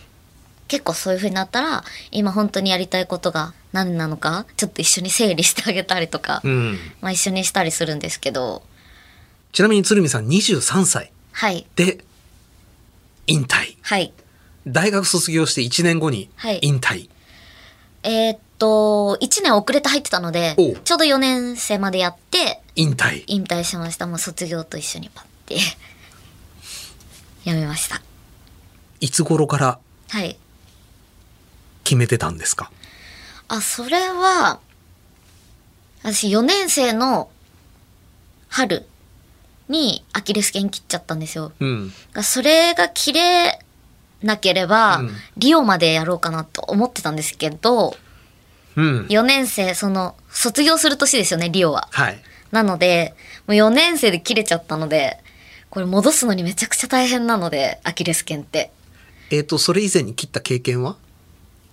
[SPEAKER 10] 結構そういう風になったら今本当にやりたいことが何なのかちょっと一緒に整理してあげたりとか、
[SPEAKER 2] うん
[SPEAKER 10] まあ、一緒にしたりするんですけど
[SPEAKER 2] ちなみに鶴見さん23歳
[SPEAKER 10] はい
[SPEAKER 2] で引退
[SPEAKER 10] はい
[SPEAKER 2] 大学卒業して1年後に
[SPEAKER 10] はい
[SPEAKER 2] 引退、
[SPEAKER 10] えーっと1年遅れて入ってたので
[SPEAKER 2] おう
[SPEAKER 10] ちょうど4年生までやって
[SPEAKER 2] 引退
[SPEAKER 10] 引退しましたもう卒業と一緒にパッて やめました
[SPEAKER 2] いつ頃から
[SPEAKER 10] はい
[SPEAKER 2] 決めてたんですか
[SPEAKER 10] あそれは私4年生の春にアキレス腱切っちゃったんですよ
[SPEAKER 2] うん
[SPEAKER 10] がそれが切れなければ、
[SPEAKER 2] うん
[SPEAKER 10] リオまでやろうかなと思ってたんですけど
[SPEAKER 2] うん
[SPEAKER 10] 4年生その卒業する年ですよねリオは
[SPEAKER 2] はい
[SPEAKER 10] なので、もう4年生で切れちゃったので、これ戻すのにめちゃくちゃ大変なので、アキレス腱って。
[SPEAKER 2] えっ、と、それ以前に切った経験は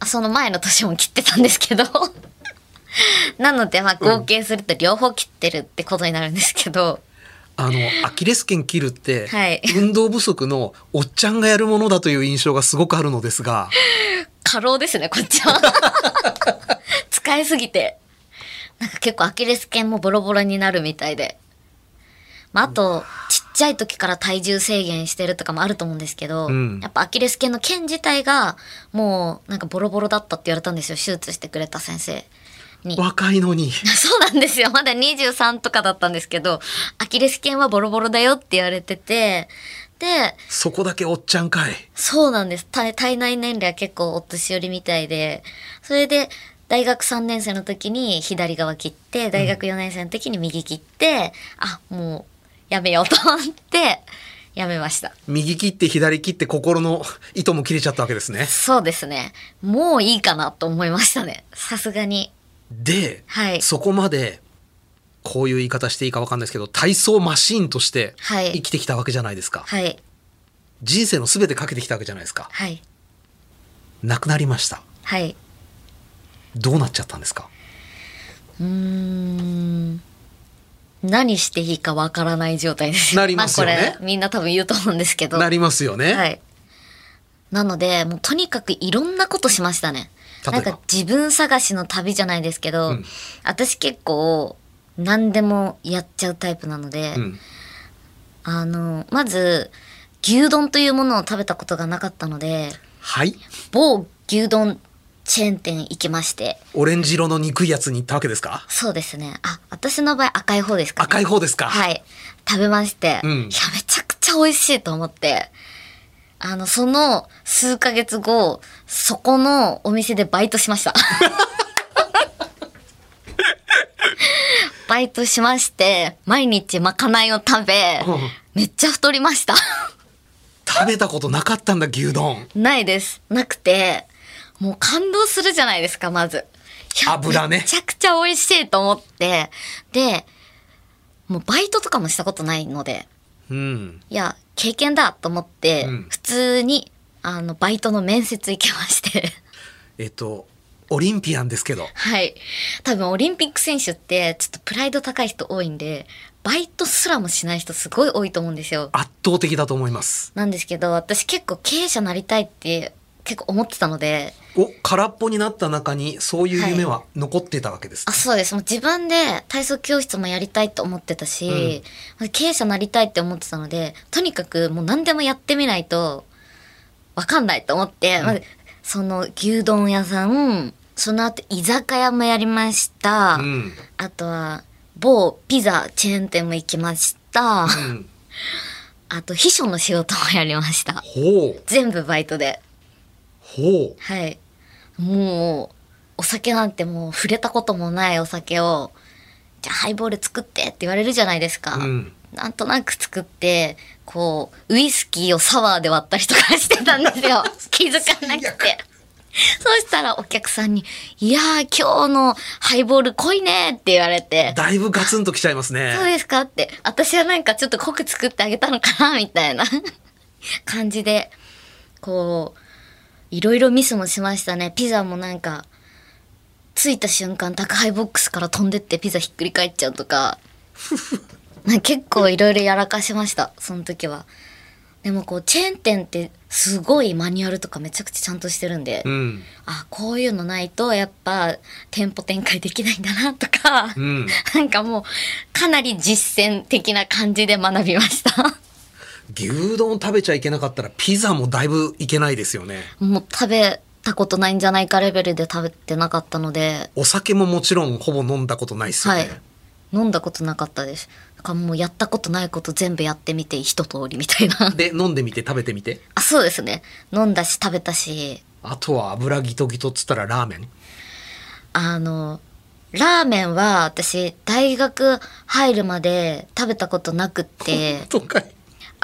[SPEAKER 10] あその前の年も切ってたんですけど。 なので、まあ、合計すると両方切ってるってことになるんですけど、
[SPEAKER 2] あの、アキレス腱切るって、
[SPEAKER 10] はい
[SPEAKER 2] 運動不足のおっちゃんがやるものだという印象がすごくあるのですが、
[SPEAKER 10] 過労ですね、こっちは。 使いすぎて。なんか結構アキレス腱もボロボロになるみたいで。まあ、あと、ちっちゃい時から体重制限してるとかもあると思うんですけど、
[SPEAKER 2] うん
[SPEAKER 10] やっぱアキレス腱の腱自体が、もうなんかボロボロだったって言われたんですよ、手術してくれた先生 に。
[SPEAKER 2] 若いのに。
[SPEAKER 10] そうなんですよ。まだ23とかだったんですけど、アキレス腱はボロボロだよって言われてて、で、
[SPEAKER 2] そこだけおっちゃんかい。
[SPEAKER 10] そうなんです。体体内年齢は結構お年寄りみたいで、それで大学3年生の時に左側切って、大学4年生の時に右切って、あ、もうやめようと思って、やめました。
[SPEAKER 2] 右切って左切って心の糸も切れちゃったわけですね。
[SPEAKER 10] そうですね。もういいかなと思いましたね。さすがに。
[SPEAKER 2] で、
[SPEAKER 10] はい
[SPEAKER 2] そこまで、こういう言い方していいかわかんないですけど、体操マシーンとして
[SPEAKER 10] はい
[SPEAKER 2] 生きてきたわけじゃないですか。
[SPEAKER 10] はい。
[SPEAKER 2] 人生の全てかけてきたわけじゃないですか。
[SPEAKER 10] はい。
[SPEAKER 2] 亡くなりました。
[SPEAKER 10] はい。
[SPEAKER 2] どうなっちゃったんですか
[SPEAKER 10] うーん。何していいかわからない状態です。
[SPEAKER 2] なりますよね
[SPEAKER 10] あこれ、みんな多分言うと思うんですけど。
[SPEAKER 2] なりますよね。
[SPEAKER 10] はい。なので、もうとにかくいろんなことしましたね。
[SPEAKER 2] 例え
[SPEAKER 10] な
[SPEAKER 2] ば
[SPEAKER 10] んか自分探しの旅じゃないですけど、
[SPEAKER 2] うん
[SPEAKER 10] 私結構何でもやっちゃうタイプなので、
[SPEAKER 2] うん。
[SPEAKER 10] あの、まず牛丼というものを食べたことがなかったので、
[SPEAKER 2] はい。
[SPEAKER 10] 某牛丼チェーン店行きまして、
[SPEAKER 2] オレンジ色の憎いやつに行ったわけですか
[SPEAKER 10] そうですね。あ、私の場合赤い方ですかね。
[SPEAKER 2] 赤い方ですか
[SPEAKER 10] はい。食べまして、
[SPEAKER 2] うん
[SPEAKER 10] いや、めちゃくちゃ美味しいと思って、あの、その数ヶ月後、そこのお店でバイトし ました。バイトしまして、毎日まかないを食べ、
[SPEAKER 2] うん
[SPEAKER 10] めっちゃ太りました。
[SPEAKER 2] 食べたことなかったんだ、牛丼。
[SPEAKER 10] ないです。なくて、もう感動するじゃないですか、まず。いや
[SPEAKER 2] 油ね
[SPEAKER 10] めちゃくちゃ美味しいと思って。で、もうバイトとかもしたことないので、
[SPEAKER 2] うん。
[SPEAKER 10] いや、経験だと思って、
[SPEAKER 2] うん
[SPEAKER 10] 普通に、あの、バイトの面接行きまして。
[SPEAKER 2] えっと、オリンピアンですけど、
[SPEAKER 10] はい。多分オリンピック選手って、ちょっとプライド高い人多いんで、バイトすらもしない人すごい多いと思うんですよ。
[SPEAKER 2] 圧倒的だと思います。
[SPEAKER 10] なんですけど、私結構経営者なりたいって結構思ってたので、
[SPEAKER 2] お、空っぽになった中に、そういう夢は残ってたわけです。
[SPEAKER 10] あそうですもう自分で体操教室もやりたいと思ってたし、経営者なりたいって思ってたのでとにかくもう何でもやってみないとわかんないと思って、まずその牛丼屋さんその後居酒屋もやりました、
[SPEAKER 2] うん。
[SPEAKER 10] あとは某ピザチェーン店も行きました、
[SPEAKER 2] うん。
[SPEAKER 10] あと秘書の仕事もやりました
[SPEAKER 2] ほう。
[SPEAKER 10] 全部バイトで
[SPEAKER 2] ほう。
[SPEAKER 10] はい。もう、お酒なんてもう触れたこともないお酒を、じゃあハイボール作ってって言われるじゃないですか。
[SPEAKER 2] うん
[SPEAKER 10] なんとなく作って、こう、ウイスキーをサワーで割ったりとかしてたんです よ。気づかなくて。そうしたらお客さんに、いやー今日のハイボール濃いねって言われて、
[SPEAKER 2] だいぶガツンときちゃいます
[SPEAKER 10] そう
[SPEAKER 2] ね。
[SPEAKER 10] ですかって、私はなんかちょっと濃く作ってあげたのかなみたいな 感じで、こう、いろいろミスもしましたね。ピザもなんか、着いた瞬間宅配ボックスから飛んでってピザひっくり返っちゃうとか、なんか結構いろいろやらかしました、その時は。でもこう、チェーン店ってすごいマニュアルとかめちゃくちゃちゃんとしてるんで、
[SPEAKER 2] うん。
[SPEAKER 10] あ、こういうのないとやっぱ店舗展開できないんだなとか、
[SPEAKER 2] うん。
[SPEAKER 10] なんかもう、かなり実践的な感じで学びま した。
[SPEAKER 2] 牛丼食べちゃいけなかったら、ピザもだいぶいけないですよね。
[SPEAKER 10] もう食べたことないんじゃないかレベルで食べてなかったので、
[SPEAKER 2] お酒ももちろんほぼ飲んだことないですよ
[SPEAKER 10] は
[SPEAKER 2] ね。
[SPEAKER 10] い。飲んだことなかったです。だからもうやったことないこと全部やってみて一通りみたいな。
[SPEAKER 2] で、飲んでみて食べてみて。
[SPEAKER 10] あ、そうですね。飲んだし食べたし、
[SPEAKER 2] あとは油ギトギトっつったらラーメン。
[SPEAKER 10] あの、ラーメンは私大学入るまで食べたことなくって、
[SPEAKER 2] とかい。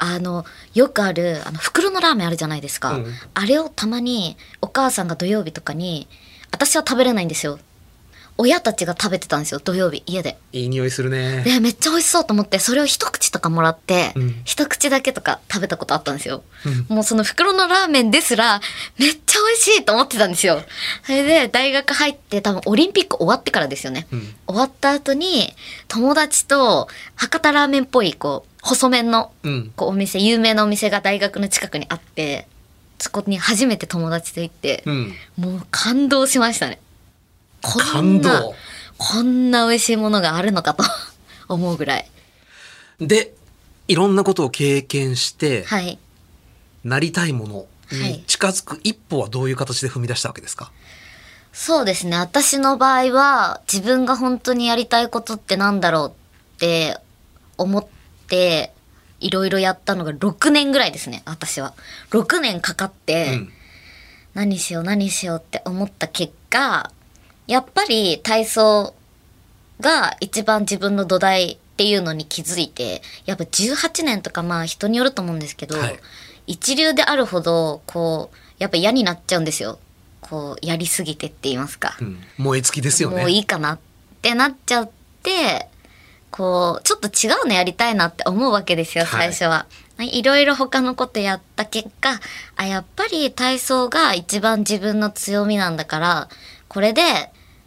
[SPEAKER 10] あのよくあるあの袋のラーメンあるじゃないですか、
[SPEAKER 2] うん
[SPEAKER 10] あれをたまにお母さんが土曜日とかに私は食べれないんですよ親たちが食べてたんですよ土曜日家で
[SPEAKER 2] いい匂いするね。
[SPEAKER 10] でめっちゃ美味しそうと思ってそれを一口とかもらって、
[SPEAKER 2] うん
[SPEAKER 10] 一口だけとか食べたことあったんですよ、もうその袋のラーメンですらめっちゃ美味しいと思ってたんですよそれで大学入って多分オリンピック終わってからですよね、
[SPEAKER 2] ん
[SPEAKER 10] 終わった後に友達と博多ラーメンっぽいこう細麺の
[SPEAKER 2] うん。
[SPEAKER 10] こうお店有名なお店が大学の近くにあってそこに初めて友達と行って
[SPEAKER 2] う、ん。
[SPEAKER 10] もう感動しましたねこ
[SPEAKER 2] 感
[SPEAKER 10] んな
[SPEAKER 2] 動。
[SPEAKER 10] こんな美味しいものがあるのかと 思うぐらい
[SPEAKER 2] で、いろんなことを経験して、
[SPEAKER 10] はい
[SPEAKER 2] なりたいものに近づく一歩はどういう形で踏み出したわけですか、
[SPEAKER 10] そうですね私の場合は自分が本当にやりたいことってなんだろうって思っていろいろやったのが6年ぐらいですね私は6年かかって、
[SPEAKER 2] うん。
[SPEAKER 10] 何しよう何しようって思った結果やっぱり体操が一番自分の土台っていうのに気づいてやっぱ18年とかまあ人によると思うんですけど、
[SPEAKER 2] はい
[SPEAKER 10] 一流であるほどこうやっぱ嫌になっちゃうんですよこうやりすぎてって言いますか、
[SPEAKER 2] うん。燃え尽きですよね。
[SPEAKER 10] もういいかなってなっちゃってこうちょっと違うのやりたいなって思うわけですよ
[SPEAKER 2] はい
[SPEAKER 10] 最初は。いろいろ他のことやった結果、あ、やっぱり体操が一番自分の強みなんだから、これで、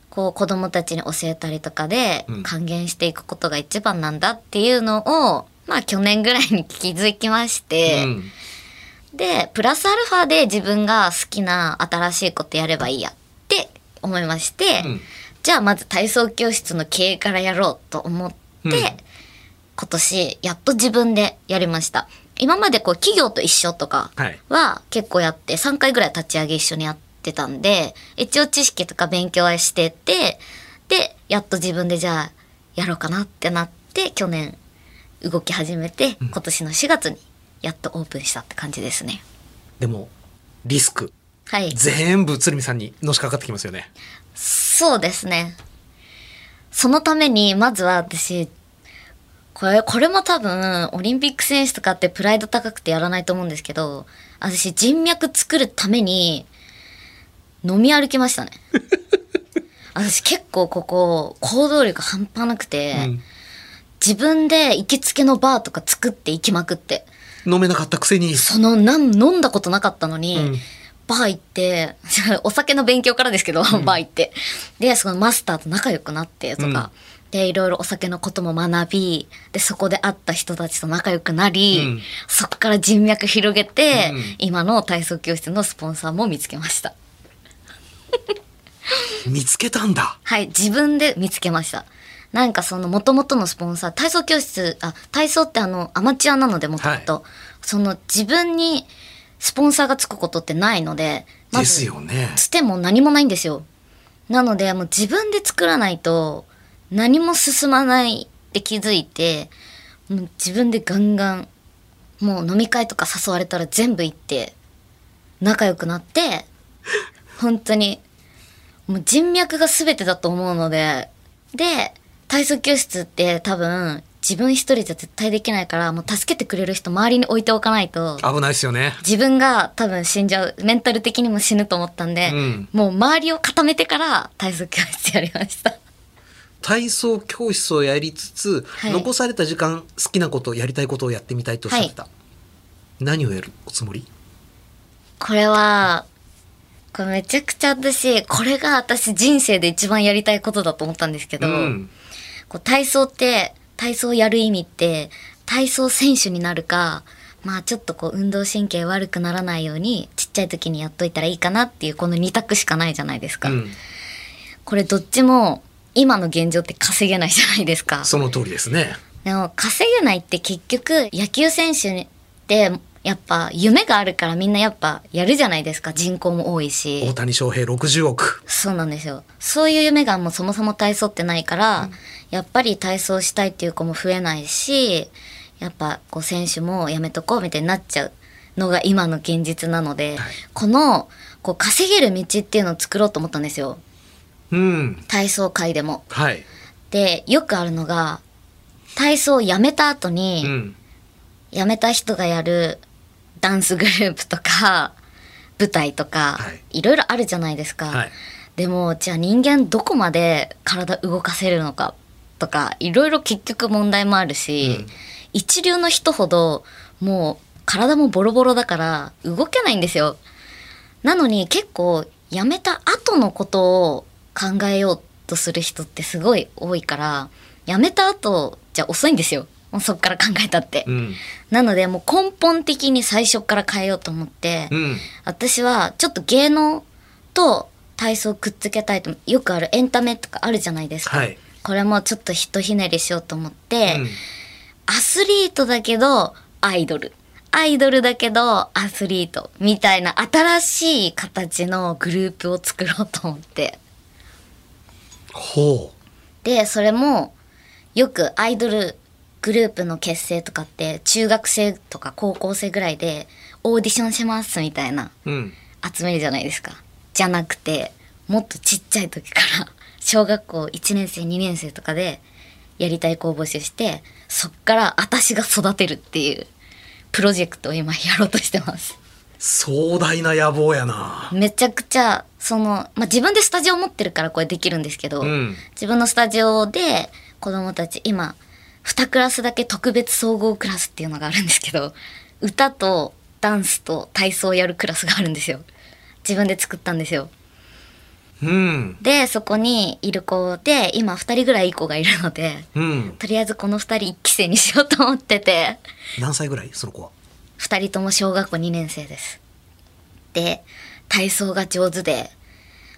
[SPEAKER 10] こう子供たちに教えたりとかで
[SPEAKER 11] うん
[SPEAKER 10] 還元していくことが一番なんだっていうのを、まあ去年ぐらいに気づきまして、で、プラスアルファで自分が好きな新しいことやればいいやって思いまして、じゃあまず体操教室の経営からやろうと思って、今年やっと自分でやりました。今までこう企業と一緒とか
[SPEAKER 11] はい
[SPEAKER 10] は結構やって3回ぐらい立ち上げ一緒にやってたんで、一応知識とか勉強はしてて、で、やっと自分でじゃあやろうかなってなって、去年動き始めて、今年の4月にやっとオープンしたって感じですね。
[SPEAKER 2] でも、リスク。
[SPEAKER 10] はい。
[SPEAKER 2] 全部鶴見さんにのしかかってきますよね。
[SPEAKER 10] そうですね。そのために、まずは私、これ、これも多分、オリンピック選手とかってプライド高くてやらないと思うんですけど、私、人脈作るために、飲み歩きましたね。私結構ここ、行動力半端なくて、自分で行きつけのバーとか作って行きまくって。
[SPEAKER 2] 飲めなかったくせに。
[SPEAKER 10] その、なん、飲んだことなかったのに、
[SPEAKER 2] うん
[SPEAKER 10] バー行って、 お酒の勉強からですけど、バー行って。で、そのマスターと仲良くなってとか、
[SPEAKER 11] うん
[SPEAKER 10] で、いろいろお酒のことも学び、で、そこで会った人たちと仲良くなり、
[SPEAKER 11] うん
[SPEAKER 10] そこから人脈広げて、
[SPEAKER 11] うん
[SPEAKER 10] 今の体操教室のスポンサーも見つけました。
[SPEAKER 2] 見つけたんだ。
[SPEAKER 10] はい、自分で見つけました。なんかその元々のスポンサー、体操教室、あ、体操ってあの、アマチュアなのでもともと、その自分にスポンサーがつくことってないので、ま
[SPEAKER 2] で
[SPEAKER 10] ず
[SPEAKER 2] すよね。
[SPEAKER 10] つても何もないんですよ。なので、もう自分で作らないと何も進まないって気づいて、もう自分でガンガン、もう飲み会とか誘われたら全部行って、仲良くなって、本当に、もう人脈が全てだと思うので、で、体操教室って多分自分一人じゃ絶対できないから、もう助けてくれる人周りに置いておかないと、
[SPEAKER 2] 危ないですよね。
[SPEAKER 10] 自分が多分死んじゃうメンタル的にも死ぬと思ったんで、
[SPEAKER 2] うん
[SPEAKER 10] もう周りを固めてから体操教室やりました
[SPEAKER 2] 体操教室をやりつつ、
[SPEAKER 10] はい
[SPEAKER 2] 残された時間、好きなこと、やりたいことをやってみたいとおっしゃってた。何をやるおつもり
[SPEAKER 10] これはこれめちゃくちゃ私これが私人生で一番やりたいことだと思ったんですけど、
[SPEAKER 11] うん
[SPEAKER 10] こう体操って体操をやる意味って体操選手になるかまあちょっとこう運動神経悪くならないようにちっちゃい時にやっといたらいいかなっていうこの2択しかないじゃないですか、これどっちも今の現状って稼げないじゃないですか
[SPEAKER 2] その通りですね。
[SPEAKER 10] でも稼げないって結局野球選手ってやっぱ夢があるからみんなやっぱやるじゃないですか人口も多いし
[SPEAKER 2] 大谷翔平60億。
[SPEAKER 10] そうなんですよそういう夢がもうそもそも体操ってないから、やっぱり体操したいっていう子も増えないしやっぱこう選手もやめとこうみたいになっちゃうのが今の現実なので、このこう稼げる道っていうのを作ろうと思ったんですよ
[SPEAKER 2] うん。
[SPEAKER 10] 体操界でも。
[SPEAKER 2] はい。
[SPEAKER 10] でよくあるのが体操をやめた後に、
[SPEAKER 2] うん。
[SPEAKER 10] 辞めた人がやるダンスグループとか舞台とか、い、ろいろあるじゃないですか、
[SPEAKER 11] はい
[SPEAKER 10] でもじゃあ人間どこまで体動かせるのかとかいろいろ結局問題もあるし、一流の人ほどもう体もボロボロだから動けないんですよなのに結構辞めた後のことを考えようとする人ってすごい多いから辞めた後じゃ遅いんですよもうそっから考えたって、
[SPEAKER 11] うん。
[SPEAKER 10] なのでもう根本的に最初から変えようと思って、
[SPEAKER 11] うん。
[SPEAKER 10] 私はちょっと芸能と体操をくっつけたいとよくあるエンタメとかあるじゃないですか、
[SPEAKER 11] はい。
[SPEAKER 10] これもちょっとひとひねりしようと思って、アスリートだけどアイドルアイドルだけどアスリートみたいな新しい形のグループを作ろうと思って
[SPEAKER 2] ほ
[SPEAKER 10] でそれもよくアイドルグループの結成とかって中学生とか高校生ぐらいでオーディションしますみたいな
[SPEAKER 2] う。うん。
[SPEAKER 10] 集めるじゃないですかじゃなくてもっとちっちゃい時から小学校1年生2年生とかでやりたい子を募集してそっから私が育てるっていうプロジェクトを今やろうとしてます
[SPEAKER 2] 壮大な野望やな。
[SPEAKER 10] めちゃくちゃその、まあ、自分でスタジオ持ってるからこれできるんですけど、
[SPEAKER 2] うん。
[SPEAKER 10] 自分のスタジオで子供たち今2クラスだけ特別総合クラスっていうのがあるんですけど歌とダンスと体操をやるクラスがあるんですよ。自分で作ったんですよ。
[SPEAKER 2] うん。
[SPEAKER 10] で、そこにいる子で、今2人ぐらいいい子がいるので、
[SPEAKER 2] うん。
[SPEAKER 10] とりあえずこの2人一期生にしようと思ってて。
[SPEAKER 2] 何歳ぐらいその子は。
[SPEAKER 10] 2人とも小学校2年生です。で体操が上手で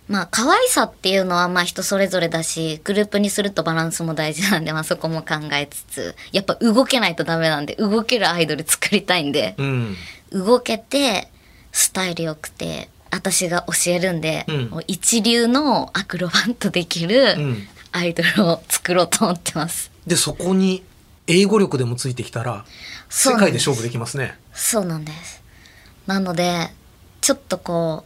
[SPEAKER 10] まあ可愛さっていうのはまあ人それぞれだしグループにするとバランスも大事なんで、まあ、そこも考えつつやっぱ動けないとダメなんで動けるアイドル作りたいんで、
[SPEAKER 2] うん。
[SPEAKER 10] 動けてスタイル良くて私が教えるんで、
[SPEAKER 2] うん
[SPEAKER 10] もう一流のアクロバントできる
[SPEAKER 2] うん
[SPEAKER 10] アイドルを作ろうと思ってます。
[SPEAKER 2] で、そこに英語力でもついてきたら、
[SPEAKER 10] そ
[SPEAKER 2] 世
[SPEAKER 10] うなん
[SPEAKER 2] 界で
[SPEAKER 10] です
[SPEAKER 2] 勝負できますね。
[SPEAKER 10] そうなんです。なので、ちょっとこ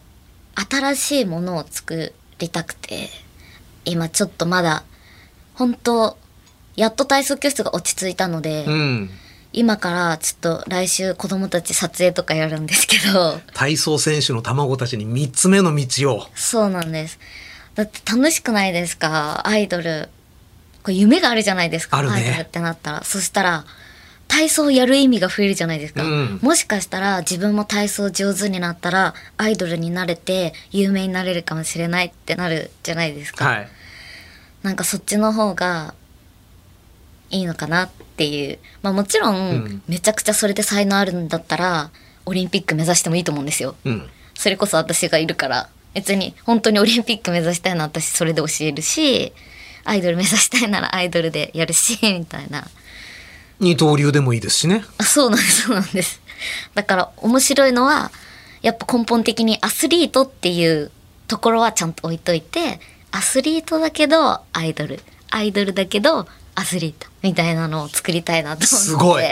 [SPEAKER 10] う、新しいものを作りたくて、今ちょっとまだ、本当やっと体操教室が落ち着いたので、
[SPEAKER 2] うん。
[SPEAKER 10] 今からちょっと来週子供たち撮影とかやるんですけど、
[SPEAKER 2] 体操選手の卵たちに3つ目の道を。
[SPEAKER 10] そうなんです。だって楽しくないですかアイドル。これ夢があるじゃないですか。
[SPEAKER 2] あるね
[SPEAKER 10] アイドルってなったら。そしたら、体操をやる意味が増えるじゃないですか。
[SPEAKER 2] うん
[SPEAKER 10] もしかしたら自分も体操上手になったら、アイドルになれて有名になれるかもしれないってなるじゃないですか。
[SPEAKER 2] はい。
[SPEAKER 10] なんかそっちの方がいいのかなっていう。まあもちろん、
[SPEAKER 2] うん
[SPEAKER 10] めちゃくちゃそれで才能あるんだったら、オリンピック目指してもいいと思うんですよ。
[SPEAKER 2] うん。
[SPEAKER 10] それこそ私がいるから別に本当にオリンピック目指したいなら私それで教えるしアイドル目指したいならアイドルでやるしみたいな
[SPEAKER 2] 二刀流でもいいですしね。
[SPEAKER 10] あそうなんですそうなんですだから面白いのはやっぱ根本的にアスリートっていうところはちゃんと置いといてアスリートだけどアイドルアイドルだけどアスリートみたいなのを作りたいなと思って
[SPEAKER 2] すごい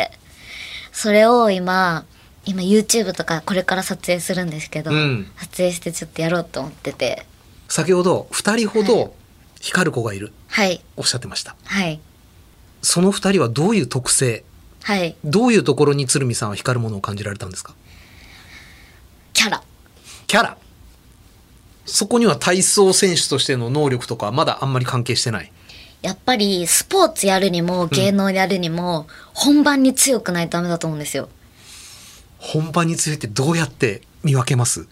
[SPEAKER 10] それを今今 YouTube とかこれから撮影するんですけど、
[SPEAKER 2] うん
[SPEAKER 10] 撮影してちょっとやろうと思ってて
[SPEAKER 2] 先ほど2人ほど光る子がいる、
[SPEAKER 10] はい
[SPEAKER 2] おっしゃってました。
[SPEAKER 10] はい
[SPEAKER 2] その2人はどういう特性、
[SPEAKER 10] はい
[SPEAKER 2] どういうところに鶴見さんは光るものを感じられたんですか
[SPEAKER 10] キャラ
[SPEAKER 2] キャラ。そこには体操選手としての能力とかはまだあんまり関係してない。
[SPEAKER 10] やっぱりスポーツやるにも芸能やるにも本番に強くないとダメだと思うんですよ
[SPEAKER 2] 本番についてどうやって見分けます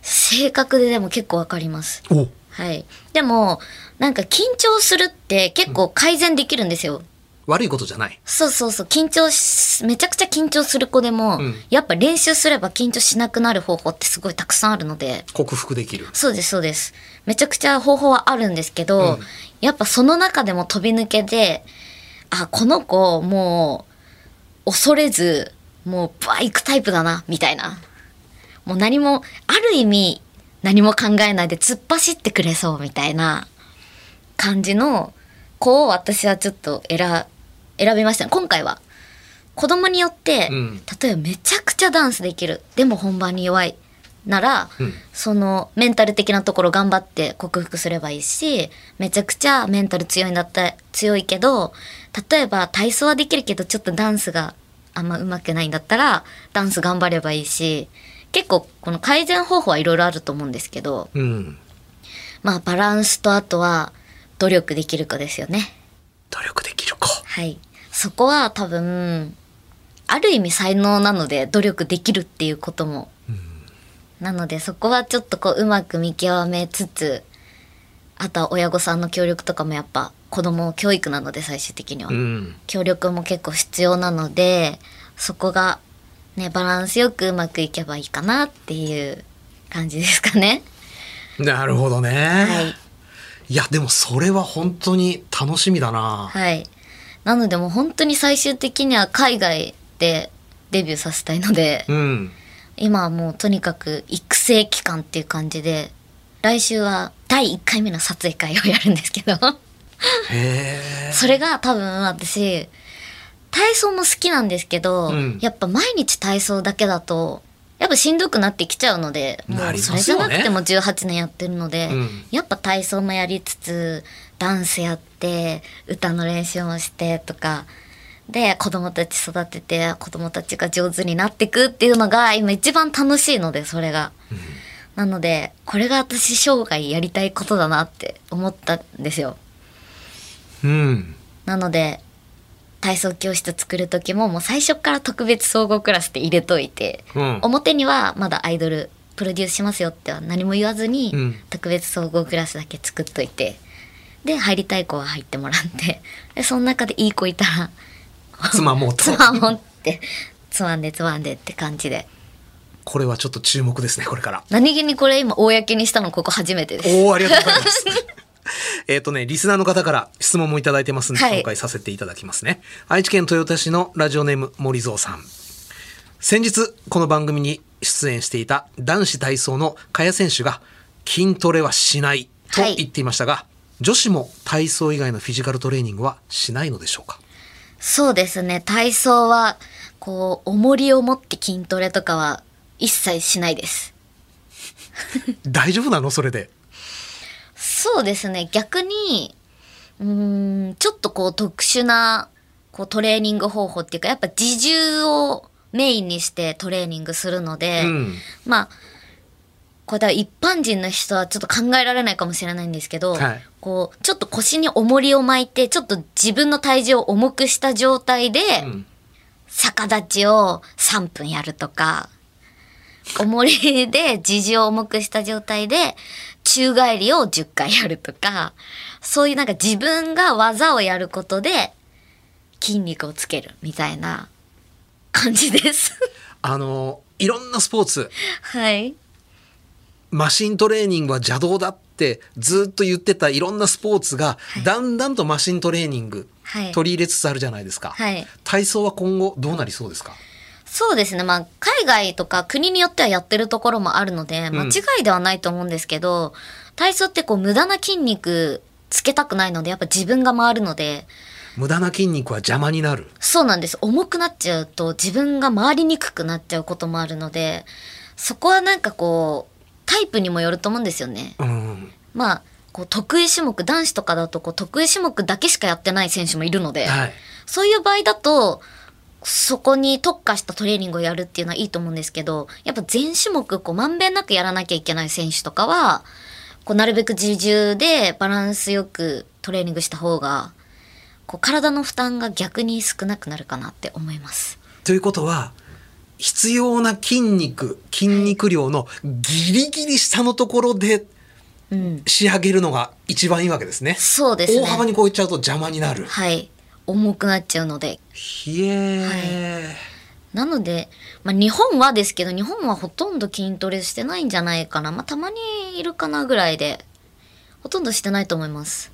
[SPEAKER 10] 性格ででも結構わかります
[SPEAKER 2] お
[SPEAKER 10] はいでもなんか緊張するって結構改善できるんですよ、
[SPEAKER 2] 悪いことじゃない。
[SPEAKER 10] そうそうそう緊張しめちゃくちゃ緊張する子でも、
[SPEAKER 2] うん
[SPEAKER 10] やっぱ練習すれば緊張しなくなる方法ってすごいたくさんあるので
[SPEAKER 2] 克服できる。
[SPEAKER 10] そうですそうですめちゃくちゃ方法はあるんですけど、
[SPEAKER 2] うん
[SPEAKER 10] やっぱその中でも飛び抜けであこの子もう恐れずもうバイクタイプだなみたいなもう何もある意味何も考えないで突っ走ってくれそうみたいな感じの子を私はちょっと選選びました今回は子供によって、
[SPEAKER 2] うん
[SPEAKER 10] 例えばめちゃくちゃダンスできるでも本番に弱いなら、
[SPEAKER 2] うん
[SPEAKER 10] そのメンタル的なところ頑張って克服すればいいしめちゃくちゃメンタル強いんだった強いけど例えば体操はできるけどちょっとダンスがあんま上手くないんだったらダンス頑張ればいいし結構この改善方法はいろいろあると思うんですけど
[SPEAKER 2] うん。
[SPEAKER 10] まあバランスとあとは努力できる子ですよね。
[SPEAKER 2] 努力できる子。
[SPEAKER 10] はい。そこは多分、ある意味才能なので努力できるっていうことも。なのでそこはちょっとこううまく見極めつつ、あとは親御さんの協力とかもやっぱ子供教育なので最終的には。
[SPEAKER 2] うん。
[SPEAKER 10] 協力も結構必要なので、そこがね、バランスよくうまくいけばいいかなっていう感じですかね。
[SPEAKER 2] なるほどね。
[SPEAKER 10] はい。
[SPEAKER 2] いや、でもそれは本当に楽しみだな。
[SPEAKER 10] はい。なのでもう本当に最終的には海外でデビューさせたいので、
[SPEAKER 2] うん。
[SPEAKER 10] 今はもうとにかく育成期間っていう感じで、来週は第1回目の撮影会をやるんですけど、
[SPEAKER 2] へえ。
[SPEAKER 10] それが多分私、体操も好きなんですけど、
[SPEAKER 2] うん
[SPEAKER 10] やっぱ毎日体操だけだと、やっぱしんどくなってきちゃうので、も
[SPEAKER 2] な
[SPEAKER 10] う
[SPEAKER 2] ります
[SPEAKER 10] そ
[SPEAKER 2] よね
[SPEAKER 10] れじゃなくても18年やってるので、
[SPEAKER 2] うん
[SPEAKER 10] やっぱ体操もやりつつ、ダンスやって、歌の練習もしてとか、で、子供たち育てて、子供たちが上手になってくっていうのが、今一番楽しいので、それが。なので、これが私生涯やりたいことだなって思ったんですよ。
[SPEAKER 2] うん。
[SPEAKER 10] なので体操教室作る時ももう最初から特別総合クラスって入れといて、
[SPEAKER 2] うん
[SPEAKER 10] 表にはまだアイドルプロデュースしますよっては何も言わずに、
[SPEAKER 2] うん
[SPEAKER 10] 特別総合クラスだけ作っといてで入りたい子は入ってもらってでその中でいい子いたら
[SPEAKER 2] つま もうと
[SPEAKER 10] つまもんってつまんでつまんでって感じで
[SPEAKER 2] これはちょっと注目ですね、これから。
[SPEAKER 10] 何気にこれ今公にしたのここ初めてです。
[SPEAKER 2] おー、ありがとうござい ます。えっとね、リスナーの方から質問もいただいてますんで、
[SPEAKER 10] はい
[SPEAKER 2] 紹介させていただきますね。愛知県豊田市のラジオネーム森蔵さん。先日、この番組に出演していた男子体操の萱選手が、筋トレはしないと
[SPEAKER 10] はい
[SPEAKER 2] 言っていましたが、女子も体操以外のフィジカルトレーニングはしないのでしょうか
[SPEAKER 10] そうですね体操はこう重りを持って筋トレとかは一切しないです
[SPEAKER 2] 大丈夫なのそれで。
[SPEAKER 10] そうですね逆にうーんちょっとこう特殊なこうトレーニング方法っていうかやっぱ自重をメインにしてトレーニングするので、
[SPEAKER 2] うん
[SPEAKER 10] まあこれ多分一般人の人はちょっと考えられないかもしれないんですけど、
[SPEAKER 2] はい
[SPEAKER 10] こうちょっと腰に重りを巻いてちょっと自分の体重を重くした状態で、
[SPEAKER 2] ん
[SPEAKER 10] 逆立ちを3分やるとか重りで自重を重くした状態で宙返りを10回やるとかそういうなんか自分が技をやることで筋肉をつけるみたいな感じです。
[SPEAKER 2] あの、いろんなスポーツ、
[SPEAKER 10] はい
[SPEAKER 2] マシントレーニングは邪道だってずっと言ってたいろんなスポーツが、だんだんとマシントレーニング
[SPEAKER 10] はい
[SPEAKER 2] 取り入れつつあるじゃないですか、
[SPEAKER 10] はい
[SPEAKER 2] 体操は今後どうなりそうですか
[SPEAKER 10] そうですね。まあ、海外とか国によってはやってるところもあるので、間違いではないと思うんですけど、体操ってこう無駄な筋肉つけたくないので、やっぱ自分が回るので、
[SPEAKER 2] 無駄な筋肉は邪魔になる
[SPEAKER 10] そうなんです。重くなっちゃうと自分が回りにくくなっちゃうこともあるので、そこはなんかこう、タイプにもよると思うんですよね。
[SPEAKER 2] うん
[SPEAKER 10] まあ、こう得意種目、男子とかだとこう得意種目だけしかやってない選手もいるので、
[SPEAKER 2] はい
[SPEAKER 10] そういう場合だと、そこに特化したトレーニングをやるっていうのはいいと思うんですけど、やっぱ全種目、こう、まんべんなくやらなきゃいけない選手とかは、こう、なるべく自重でバランスよくトレーニングした方が、こう、体の負担が逆に少なくなるかなって思います。
[SPEAKER 2] ということは必要な筋肉筋肉量のギリギリ下のところで
[SPEAKER 10] うん。
[SPEAKER 2] 仕上げるのが一番いいわけですね
[SPEAKER 10] そうですね。
[SPEAKER 2] 大幅にこういっちゃうと邪魔になる
[SPEAKER 10] はい。重くなっちゃうので。
[SPEAKER 2] ひえー、
[SPEAKER 10] なので、まあ、日本はですけど、日本はほとんど筋トレしてないんじゃないかな。まあ、たまにいるかなぐらいで、ほとんどしてないと思います。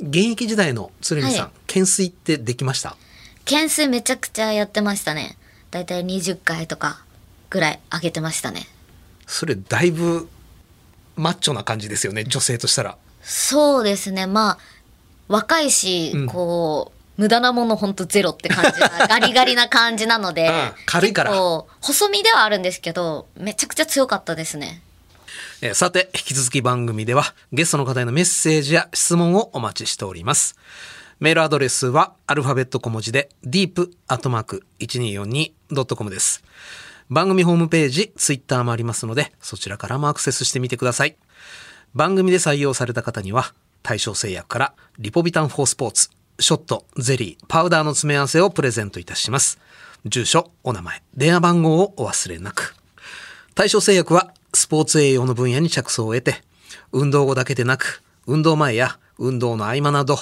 [SPEAKER 2] 現役時代の鶴見さん、
[SPEAKER 10] はい
[SPEAKER 2] 懸垂ってできました
[SPEAKER 10] 件数めちゃくちゃやってましたね。だいたい20回とかぐらい上げてましたね。
[SPEAKER 2] それだいぶマッチョな感じですよね女性としたら
[SPEAKER 10] そうですね。まあ、若いし、
[SPEAKER 2] うん
[SPEAKER 10] こう、無駄なものほんとゼロって感 じな、ガリガリな感じなので、
[SPEAKER 2] うん軽いから
[SPEAKER 10] 結構、細身ではあるんですけど、めちゃくちゃ強かったですね。
[SPEAKER 2] えーさて、引き続き番組ではゲストの方へのメッセージや質問をお待ちしております。メールアドレスはアルファベット小文字で deep.1242.com です。番組ホームページ、ツイッターもありますので、そちらからもアクセスしてみてください。番組で採用された方には、対象製薬からリポビタン4スポーツ、ショット、ゼリー、パウダーの詰め合わせをプレゼントいたします。住所、お名前、電話番号をお忘れなく。対象製薬はスポーツ栄養の分野に着想を得て、運動後だけでなく、運動前や運動の合間など、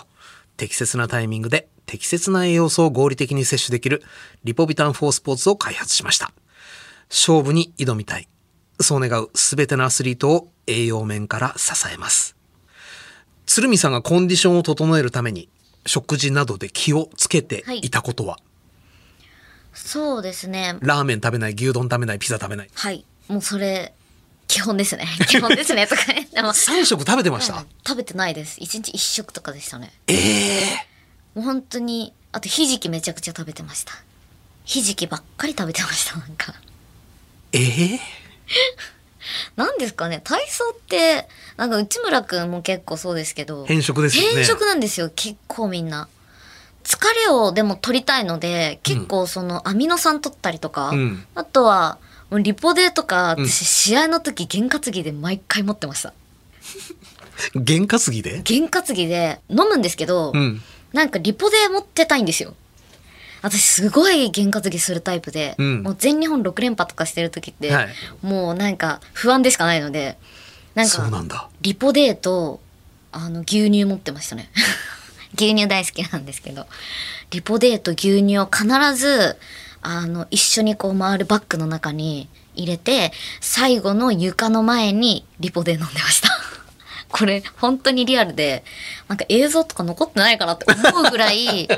[SPEAKER 2] 適切なタイミングで適切な栄養素を合理的に摂取できるリポビタン4スポーツを開発しました。勝負に挑みたい。そう願うすべてのアスリートを栄養面から支えます。鶴見さんがコンディションを整えるために、食事などで気をつけていたことは、
[SPEAKER 10] そうですね。
[SPEAKER 2] ラーメン食べない、牛丼食べない、ピザ食べない。
[SPEAKER 10] はい。もうそれ、基本ですね。 基本ですね。とかね。でも
[SPEAKER 2] 3食食べてました、
[SPEAKER 10] はい食べてないです。一日一食とかでしたね。もう本当に、あとひじきめちゃくちゃ食べてました。ひじきばっかり食べてました、なんか。
[SPEAKER 2] ええ
[SPEAKER 10] なんですかね、体操って、なんか内村くんも結構そうですけど。
[SPEAKER 2] 偏食ですよね
[SPEAKER 10] 偏食なんですよ、結構みんな。疲れをでも取りたいので、結構そのアミノ酸取ったりとか、
[SPEAKER 2] うん
[SPEAKER 10] あとは、もうリポデーとか、
[SPEAKER 2] ん
[SPEAKER 10] 私試合の時、験担ぎで毎回持ってました。
[SPEAKER 2] 験担ぎで
[SPEAKER 10] 験担ぎで飲むんですけど、
[SPEAKER 2] うん。
[SPEAKER 10] なんかリポで持ってたいんですよ。私すごい験担ぎするタイプで、
[SPEAKER 11] うん
[SPEAKER 10] もう全日本6連覇とかしてる時って、
[SPEAKER 11] はい
[SPEAKER 10] もうなんか不安でしかないので、なん
[SPEAKER 11] そ
[SPEAKER 10] か
[SPEAKER 11] うなんだ
[SPEAKER 10] リポデーとあの牛乳持ってましたね。 牛乳大好きなんですけど、リポデーと牛乳を必ずあの一緒にこう回るバッグの中に入れて、最後の床の前にリポデー飲んでました。 これ本当にリアルでなんか映像とか残ってないかなって思うぐ らい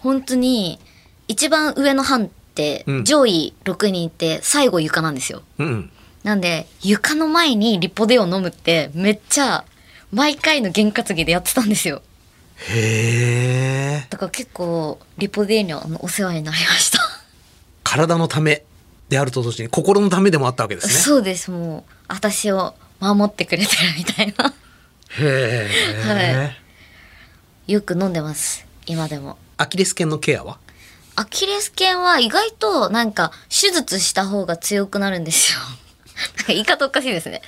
[SPEAKER 10] 本当に一番上の班って
[SPEAKER 11] うん
[SPEAKER 10] 上位6人って最後床なんですよ。
[SPEAKER 2] うん。
[SPEAKER 10] なんで床の前にリポデを飲むってめっちゃ毎回の験担ぎでやってたんですよ。
[SPEAKER 2] へえ。
[SPEAKER 10] だから結構リポデにはあのお世話になりました。
[SPEAKER 2] 体のためであると同時に心のためでもあったわけですね。
[SPEAKER 10] そうですもう私を守ってくれてるみたいな。
[SPEAKER 2] へえ。
[SPEAKER 10] よく飲んでます今でも。
[SPEAKER 2] アキレス腱のケアは
[SPEAKER 10] アキレス腱は意外となんか手術した方が強くなるんですよ。なんか言い方おかしいですね。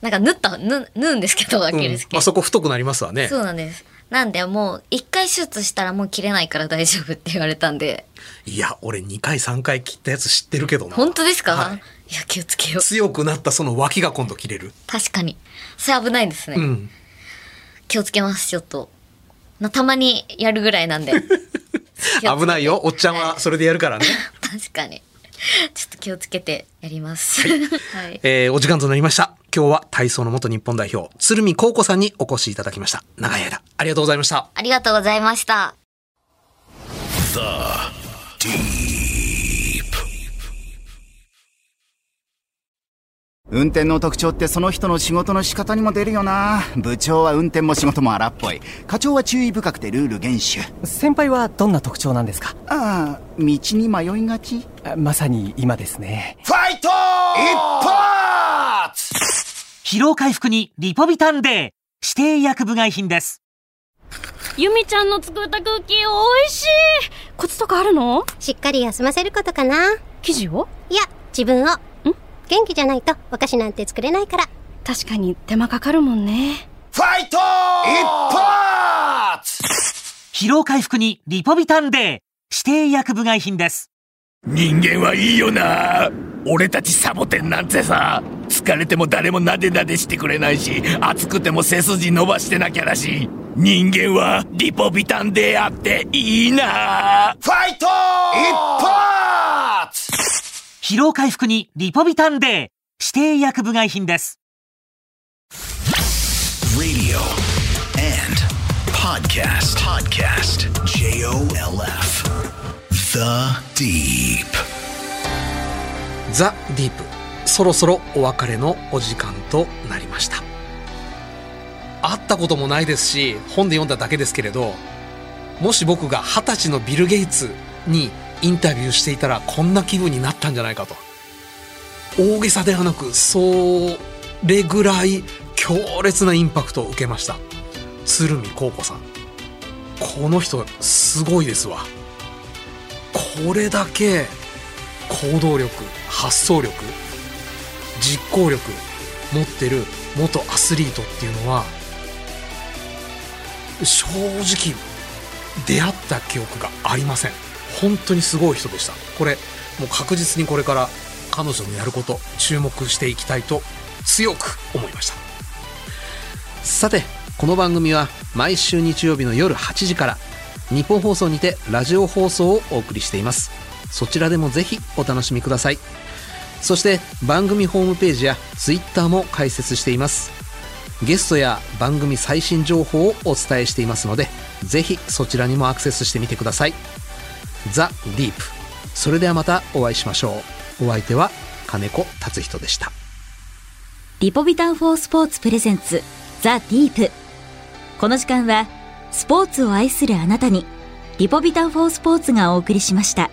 [SPEAKER 10] なんか縫った、縫縫うんですけど、アキレス
[SPEAKER 2] うんあそこ太くなりますわね。
[SPEAKER 10] そうなんです。なんでもう一回手術したらもう切れないから大丈夫って言われたんで。
[SPEAKER 2] いや、俺2回3回切ったやつ知ってるけどな。
[SPEAKER 10] 本当ですか、、
[SPEAKER 2] はい
[SPEAKER 10] や気をつけよう。
[SPEAKER 2] 強くなったその脇が今度切れる。
[SPEAKER 10] 確かに。それ危ないですね。
[SPEAKER 2] うん。
[SPEAKER 10] 気をつけます、ちょっと。なたまにやるぐらい なんで。
[SPEAKER 2] 危ないよ。おっちゃんはそれでやるからね。
[SPEAKER 10] 確かに。ちょっと気をつけてやります。はい
[SPEAKER 2] えーお時間となりました。今日は体操の元日本代表、鶴見孝子さんにお越しいただきました。長い間、ありがとうございました。
[SPEAKER 10] ありがとうございました。
[SPEAKER 1] The Deep
[SPEAKER 12] 運転の特徴ってその人の仕事の仕方にも出るよな部長は運転も仕事も荒っぽい課長は注意深くてルール厳守
[SPEAKER 13] 先輩はどんな特徴なんですか
[SPEAKER 12] ああ道に迷いがち
[SPEAKER 13] あまさに今ですね
[SPEAKER 1] ファイト一発
[SPEAKER 6] 疲労回復にリポビタンデー指定医薬部外品です
[SPEAKER 5] ゆみちゃんの作ったクッキー美味しいコツとかあるの
[SPEAKER 14] しっかり休ませることかな
[SPEAKER 5] 生地を
[SPEAKER 14] いや自分をん元気じゃないとお菓子なんて作れないから
[SPEAKER 5] 確かに手間かかるもんね
[SPEAKER 1] ファイト一発
[SPEAKER 6] 疲労回復にリポビタンデー指定医薬部外品です
[SPEAKER 15] 人間はいいよな俺たちサボテンなんてさ疲れても誰もなでなでしてくれないし暑くても背筋伸ばしてなきゃだし人間はリポビタンであっていいな
[SPEAKER 1] ファイト一発
[SPEAKER 6] 疲労回復にリポビタンデー指定医薬部外品です
[SPEAKER 1] Radio and podcast. Podcast. J O L F. The Deep.
[SPEAKER 2] ザ・ディープそろそろお別れのお時間となりました会ったこともないですし本で読んだだけですけれどもし僕が二十歳のビル・ゲイツにインタビューしていたらこんな気分になったんじゃないかと大げさではなくそれぐらい強烈なインパクトを受けました鶴見孝子さんこの人すごいですわこれだけ行動力発想力実行力持ってる元アスリートっていうのは正直出会った記憶がありません本当にすごい人でしたこれもう確実にこれから彼女のやること注目していきたいと強く思いましたさてこの番組は毎週日曜日の夜8時から日本放送にてラジオ放送をお送りしていますそちらでもぜひお楽しみくださいそして番組ホームページやツイッターも開設していますゲストや番組最新情報をお伝えしていますのでぜひそちらにもアクセスしてみてくださいザ・ディープそれではまたお会いしましょうお相手は金子達人でした
[SPEAKER 16] リポビタン4スポーツプレゼンツザ・ディープこの時間はスポーツを愛するあなたにリポビタン4スポーツがお送りしました。